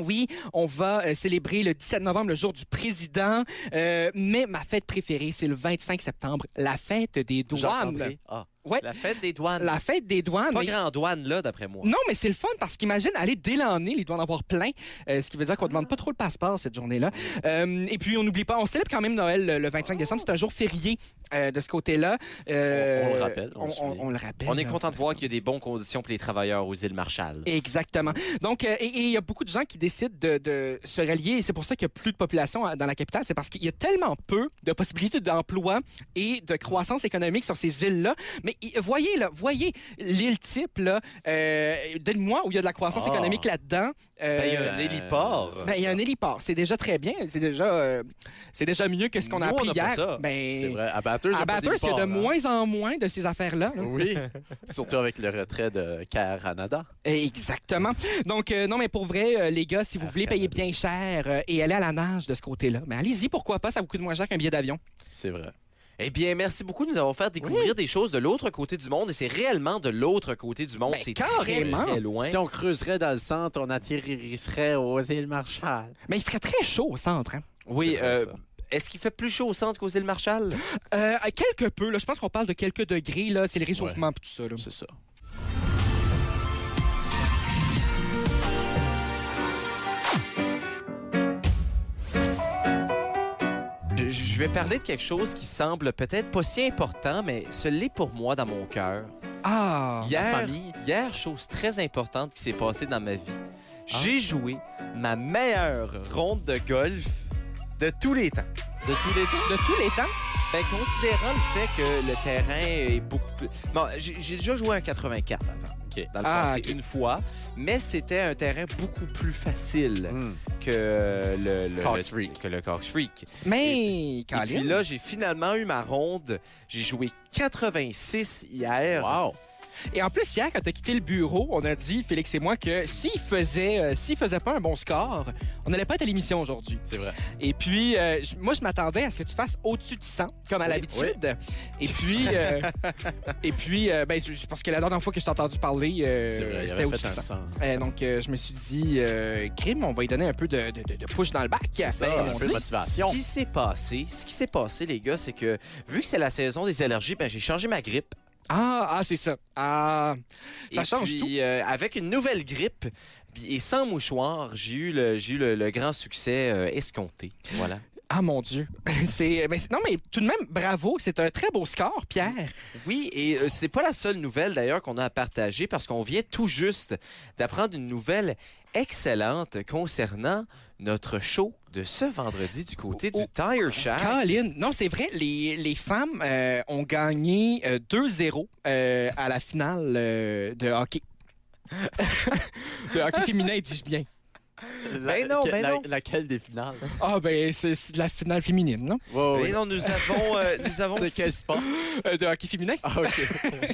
[SPEAKER 3] oui, on va euh, célébrer le 17 novembre, le jour du président. Euh, mais ma fête préférée, c'est le 25 septembre, la fête des douanes.
[SPEAKER 6] Jean-André. Ah.
[SPEAKER 3] Ouais.
[SPEAKER 6] La fête des douanes.
[SPEAKER 3] La fête des douanes.
[SPEAKER 6] Pas
[SPEAKER 3] mais-
[SPEAKER 6] grand douane, là, d'après moi.
[SPEAKER 3] Non, mais c'est le fun parce qu'imagine aller dès l'année, il doit en avoir plein, euh, ce qui veut dire qu'on ne demande pas trop le passeport cette journée-là. Euh, et puis, on n'oublie pas, on célèbre quand même Noël le, le 25 décembre, c'est un jour férié euh, de ce côté-là. Euh,
[SPEAKER 4] On- on le rappelle, on le souligne.
[SPEAKER 3] le rappelle.
[SPEAKER 6] On est content de voir qu'il y a des bonnes conditions pour les travailleurs aux îles Marshall.
[SPEAKER 3] Exactement. Donc, euh, et et il y a beaucoup de gens qui décident de, de se rallier. et C'est pour ça qu'il n'y a plus de population à- dans la capitale. C'est parce qu'il y a tellement peu de possibilités d'emploi et de croissance économique sur ces îles-là. Mais i- voyez, là, voyez l'île type, là, euh, moi où il y a de la croissance
[SPEAKER 1] Ah.
[SPEAKER 3] économique là-dedans. Euh,
[SPEAKER 1] Ben, il y a un héliport.
[SPEAKER 3] ben, il y a un héliport. C'est déjà très bien. C'est déjà, euh, c'est déjà mieux que ce qu'on a
[SPEAKER 1] Nous, on
[SPEAKER 3] appris
[SPEAKER 1] n'a pas
[SPEAKER 3] hier.
[SPEAKER 1] ça.
[SPEAKER 3] Ben,
[SPEAKER 4] C'est vrai. À Batters, il y
[SPEAKER 3] À
[SPEAKER 4] a pas
[SPEAKER 3] Bathurst, il y a de
[SPEAKER 4] d'héliport,
[SPEAKER 3] moins en moins de ces affaires-là. là.
[SPEAKER 4] hein.
[SPEAKER 3] *laughs*
[SPEAKER 4] Oui, surtout avec le retrait de Air Canada.
[SPEAKER 3] Exactement. Donc, euh, non, mais pour vrai, euh, les gars, si vous voulez payer bien cher euh, et aller à la nage de ce côté-là, ben allez-y, pourquoi pas, ça vous coûte moins cher qu'un billet d'avion.
[SPEAKER 4] C'est vrai.
[SPEAKER 1] Eh bien, merci beaucoup de nous avoir fait découvrir des choses de l'autre côté du monde. Et c'est réellement de l'autre côté du monde.
[SPEAKER 3] Ben,
[SPEAKER 1] c'est
[SPEAKER 3] carrément.
[SPEAKER 1] très, très loin.
[SPEAKER 4] Si on creuserait dans le centre, on atterrisserait aux îles Marshall.
[SPEAKER 3] Mais il ferait très chaud au centre. hein.
[SPEAKER 1] Oui,
[SPEAKER 4] C'est vrai,
[SPEAKER 1] euh,
[SPEAKER 4] ça.
[SPEAKER 1] est-ce qu'il fait plus chaud au centre qu'aux îles Marshall?
[SPEAKER 3] Euh, à quelque peu, là, je pense qu'on parle de quelques degrés, là, c'est le réchauffement pis tout ça. là.
[SPEAKER 4] C'est *laughs* ça.
[SPEAKER 1] Je- Je vais parler de quelque chose qui semble peut-être pas si important, mais ce l'est pour moi dans mon cœur.
[SPEAKER 3] Ah!
[SPEAKER 1] Hier, hier, chose très importante qui s'est passée dans ma vie.
[SPEAKER 4] Ah.
[SPEAKER 1] J'ai joué ma meilleure ronde de golf de tous les temps.
[SPEAKER 4] De tous les temps.
[SPEAKER 3] De tous les temps,
[SPEAKER 1] Ben, considérant le fait que le terrain est beaucoup plus... Bon, j'ai j'ai déjà joué un 84 avant,
[SPEAKER 4] OK.
[SPEAKER 1] dans le
[SPEAKER 3] Ah,
[SPEAKER 1] passé,
[SPEAKER 3] ok.
[SPEAKER 1] une fois, mais c'était un terrain beaucoup plus facile
[SPEAKER 4] Mm.
[SPEAKER 1] que euh, le... le
[SPEAKER 4] Cox
[SPEAKER 1] le-
[SPEAKER 4] Freak.
[SPEAKER 1] Que le Cox Freak.
[SPEAKER 3] mais...
[SPEAKER 1] Et puis
[SPEAKER 3] Colin,
[SPEAKER 1] là, j'ai finalement eu ma ronde. J'ai joué 86 hier.
[SPEAKER 4] Wow.
[SPEAKER 3] Et en plus, hier, quand t'as quitté le bureau, on a dit, Félix et moi, que s'il faisait, euh, s'il faisait pas un bon score, on n'allait pas être à l'émission aujourd'hui.
[SPEAKER 4] C'est vrai.
[SPEAKER 3] Et puis, euh, j- moi, je m'attendais à ce que tu fasses au-dessus de 100, comme à
[SPEAKER 4] Oui,
[SPEAKER 3] l'habitude. Et puis,
[SPEAKER 4] *laughs*
[SPEAKER 3] euh, et puis euh, ben, c'est- parce que la dernière fois que je t'ai entendu parler, euh,
[SPEAKER 4] C'est vrai. Il
[SPEAKER 3] c'était
[SPEAKER 4] avait
[SPEAKER 3] au-dessus
[SPEAKER 4] fait
[SPEAKER 3] de
[SPEAKER 4] un
[SPEAKER 3] 100.
[SPEAKER 4] sang.
[SPEAKER 3] Euh, donc, euh, je me suis dit, euh, crime, on va lui donner un peu de, de- de- de push dans le bac.
[SPEAKER 4] ça,
[SPEAKER 1] Ah,
[SPEAKER 3] Ben,
[SPEAKER 4] un
[SPEAKER 3] on
[SPEAKER 4] peu
[SPEAKER 3] dit-
[SPEAKER 4] de motivation.
[SPEAKER 1] Ce qui s'est passé, ce qui s'est passé, les gars, c'est que vu que c'est la saison des allergies, ben, j'ai changé ma grippe.
[SPEAKER 3] Ah, ah, c'est ça. Ah, ça
[SPEAKER 1] Et
[SPEAKER 3] change
[SPEAKER 1] puis,
[SPEAKER 3] tout.
[SPEAKER 1] euh, avec une nouvelle grippe puis- et sans mouchoir, j'ai eu le, j'ai eu le, le grand succès euh, escompté. Voilà.
[SPEAKER 3] Ah, mon Dieu. *laughs* c'est, mais c'est- non, mais tout de même, bravo. C'est un très beau score, Pierre.
[SPEAKER 1] Oui, et euh, c'est pas la seule nouvelle d'ailleurs qu'on a à partager parce qu'on vient tout juste d'apprendre une nouvelle excellente concernant notre show de ce vendredi du côté
[SPEAKER 3] Oh,
[SPEAKER 1] du Tire Shack.
[SPEAKER 3] Colin, non, c'est vrai, les, les femmes euh, ont gagné euh, 2-0 euh, à la finale euh, de hockey. *laughs* de hockey féminin, dis-je bien.
[SPEAKER 1] Ben non,
[SPEAKER 4] Que-
[SPEAKER 1] ben
[SPEAKER 4] la-
[SPEAKER 1] non.
[SPEAKER 4] Laquelle des finales?
[SPEAKER 3] Ah, ben, c'est c'est de la finale féminine, non?
[SPEAKER 4] Wow,
[SPEAKER 1] Mais Ben non, nous avons, euh, nous *laughs* avons
[SPEAKER 4] De quel sport?
[SPEAKER 3] Euh, de hockey féminin?
[SPEAKER 4] Ah, OK.
[SPEAKER 1] *laughs*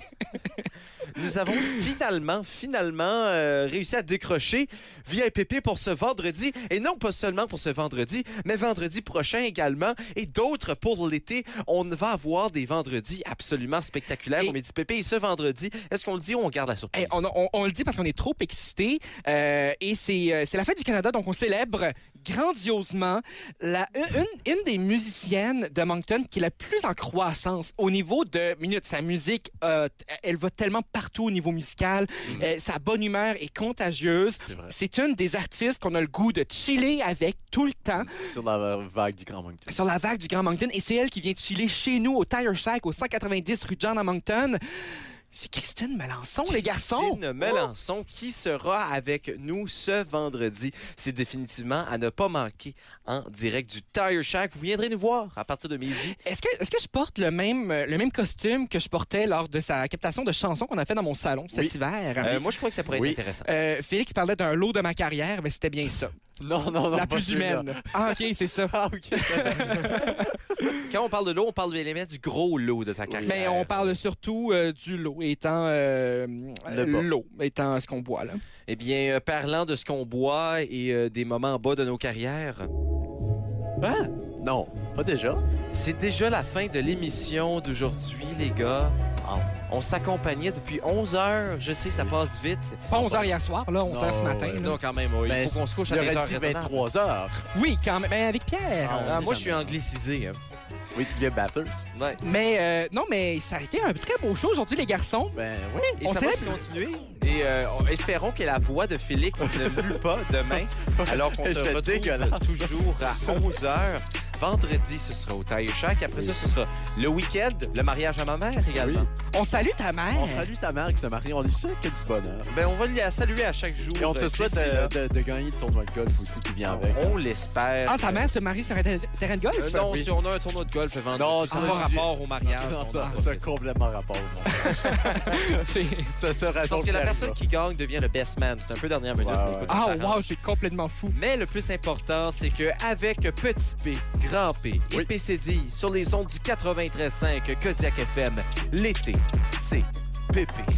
[SPEAKER 1] Nous
[SPEAKER 3] *clears throat*
[SPEAKER 1] avons finalement, finalement euh, réussi à décrocher VIPP pour ce vendredi. Et non pas seulement pour ce vendredi, mais vendredi prochain également. Et d'autres pour l'été. On va avoir des vendredis absolument spectaculaires
[SPEAKER 3] Et-
[SPEAKER 1] au Midi PP. Et ce vendredi, est-ce qu'on le dit ou on garde la surprise?
[SPEAKER 3] Hey, Eh, on, on- on le dit parce qu'on est trop excités. euh, et c'est euh, c'est la fête du Canada, donc on célèbre grandiosement la, une, une- une des musiciennes de Moncton qui est la plus en croissance au niveau de minute. Sa musique, euh, t- elle va tellement partout au niveau musical. Euh, sa bonne humeur est contagieuse.
[SPEAKER 4] Mhm. C'est vrai.
[SPEAKER 3] C'est une des artistes qu'on a le goût de chiller avec tout le temps
[SPEAKER 4] Sur la vague du Grand Moncton.
[SPEAKER 3] sur la vague du Grand Moncton et c'est elle qui vient de chiller chez nous au Tire Shack au 190 rue John à Moncton. C'est Christine Melançon, les garçons!
[SPEAKER 1] Christine Melançon qui sera avec nous ce vendredi. C'est définitivement à ne pas manquer en direct du Tire Shack. Vous viendrez nous voir à partir de midi.
[SPEAKER 3] Est-ce que, est-ce que je porte le même, euh, le même costume que je portais lors de sa captation de chansons qu'on a fait dans mon salon cet
[SPEAKER 4] Oui.
[SPEAKER 3] hiver?
[SPEAKER 1] Euh, moi, je crois que ça pourrait
[SPEAKER 4] Oui.
[SPEAKER 1] être intéressant.
[SPEAKER 3] Euh, Félix parlait d'un lot de ma carrière, mais c'était bien ça.
[SPEAKER 4] Non, non, non.
[SPEAKER 3] La
[SPEAKER 4] pas
[SPEAKER 3] plus
[SPEAKER 4] celui-là.
[SPEAKER 3] humaine. Ah, OK, c'est ça.
[SPEAKER 4] *laughs* Ah, OK.
[SPEAKER 1] Quand on parle de l'eau, on parle de l'élément du gros lot de ta carrière.
[SPEAKER 3] Mais on parle surtout euh, du lot, étant euh, euh,
[SPEAKER 1] bas.
[SPEAKER 3] l'eau, étant ce qu'on boit. Là.
[SPEAKER 1] Eh bien, euh, parlant de ce qu'on boit et euh, des moments en bas de nos carrières,
[SPEAKER 4] Non, pas déjà.
[SPEAKER 1] c'est déjà la fin de l'émission d'aujourd'hui, les gars.
[SPEAKER 4] Ah.
[SPEAKER 1] On s'accompagnait depuis 11 heures. Je sais, ça passe vite.
[SPEAKER 3] Pas 11 h hier soir, là, 11 h ce
[SPEAKER 4] Ah, Non,
[SPEAKER 3] matin.
[SPEAKER 4] ouais,
[SPEAKER 3] là.
[SPEAKER 1] Non, quand même, ouais,
[SPEAKER 4] Ben,
[SPEAKER 1] il faut qu'on se couche à des
[SPEAKER 4] J'aurais
[SPEAKER 1] heures
[SPEAKER 4] dit
[SPEAKER 1] raisonnables.
[SPEAKER 4] 23 heures.
[SPEAKER 3] Oui, quand même, mais avec Pierre.
[SPEAKER 4] Ah, on
[SPEAKER 1] Ah,
[SPEAKER 4] sait
[SPEAKER 1] moi, je suis
[SPEAKER 4] jamais.
[SPEAKER 1] anglicisé. hein.
[SPEAKER 4] Oui, tu viens Batters.
[SPEAKER 1] Ouais.
[SPEAKER 3] Mais euh, non, mais ça a été un très beau show aujourd'hui, les garçons.
[SPEAKER 4] Ben oui.
[SPEAKER 1] Et
[SPEAKER 3] On
[SPEAKER 1] ça va se
[SPEAKER 3] célèbre.
[SPEAKER 1] continuer. Et euh, on- espérons que la voix de
[SPEAKER 4] *laughs*
[SPEAKER 1] Félix ne mue pas demain, alors qu'on se
[SPEAKER 4] C'est
[SPEAKER 1] retrouve
[SPEAKER 4] dégueulasse.
[SPEAKER 1] toujours à 11 heures. vendredi, ce sera au Taille Shack. Après ça, ce sera le week-end, le mariage à ma mère également.
[SPEAKER 3] On salue ta mère.
[SPEAKER 4] On salue ta mère qui se marie. On lui souhaite que du bonheur.
[SPEAKER 1] Ben, on va lui la saluer à chaque jour.
[SPEAKER 4] Et on te
[SPEAKER 1] euh,
[SPEAKER 4] souhaite
[SPEAKER 1] d'ici
[SPEAKER 4] de,
[SPEAKER 1] là.
[SPEAKER 4] de- de gagner le tournoi de golf aussi qui vient avec.
[SPEAKER 1] On l'espère.
[SPEAKER 3] Ah, ta mère se marie sur un ter- terrain de golf?
[SPEAKER 1] Euh, non,
[SPEAKER 3] Oui.
[SPEAKER 1] si on a un tournoi de golf vendredi,
[SPEAKER 4] Non,
[SPEAKER 1] ça
[SPEAKER 4] c'est
[SPEAKER 1] n'a pas
[SPEAKER 4] vendredi.
[SPEAKER 1] rapport au mariage.
[SPEAKER 4] Non,
[SPEAKER 1] on
[SPEAKER 4] ça,
[SPEAKER 1] a-
[SPEAKER 4] ça a complètement rapport. non.
[SPEAKER 3] *laughs* C'est-
[SPEAKER 4] Ça se
[SPEAKER 1] C'est
[SPEAKER 4] raison
[SPEAKER 1] parce que la personne qui gagne devient le best man. C'est un peu dernière minute.
[SPEAKER 4] Ouais,
[SPEAKER 1] mais
[SPEAKER 4] ouais.
[SPEAKER 1] écoute, on
[SPEAKER 3] Ah,
[SPEAKER 1] s'arrange.
[SPEAKER 3] wow, c'est complètement fou.
[SPEAKER 1] Mais le plus important, c'est que avec petit P, grand P et
[SPEAKER 4] Oui.
[SPEAKER 1] PCD sur les ondes du 93.5 Kodiak FM, l'été, c'est pépé.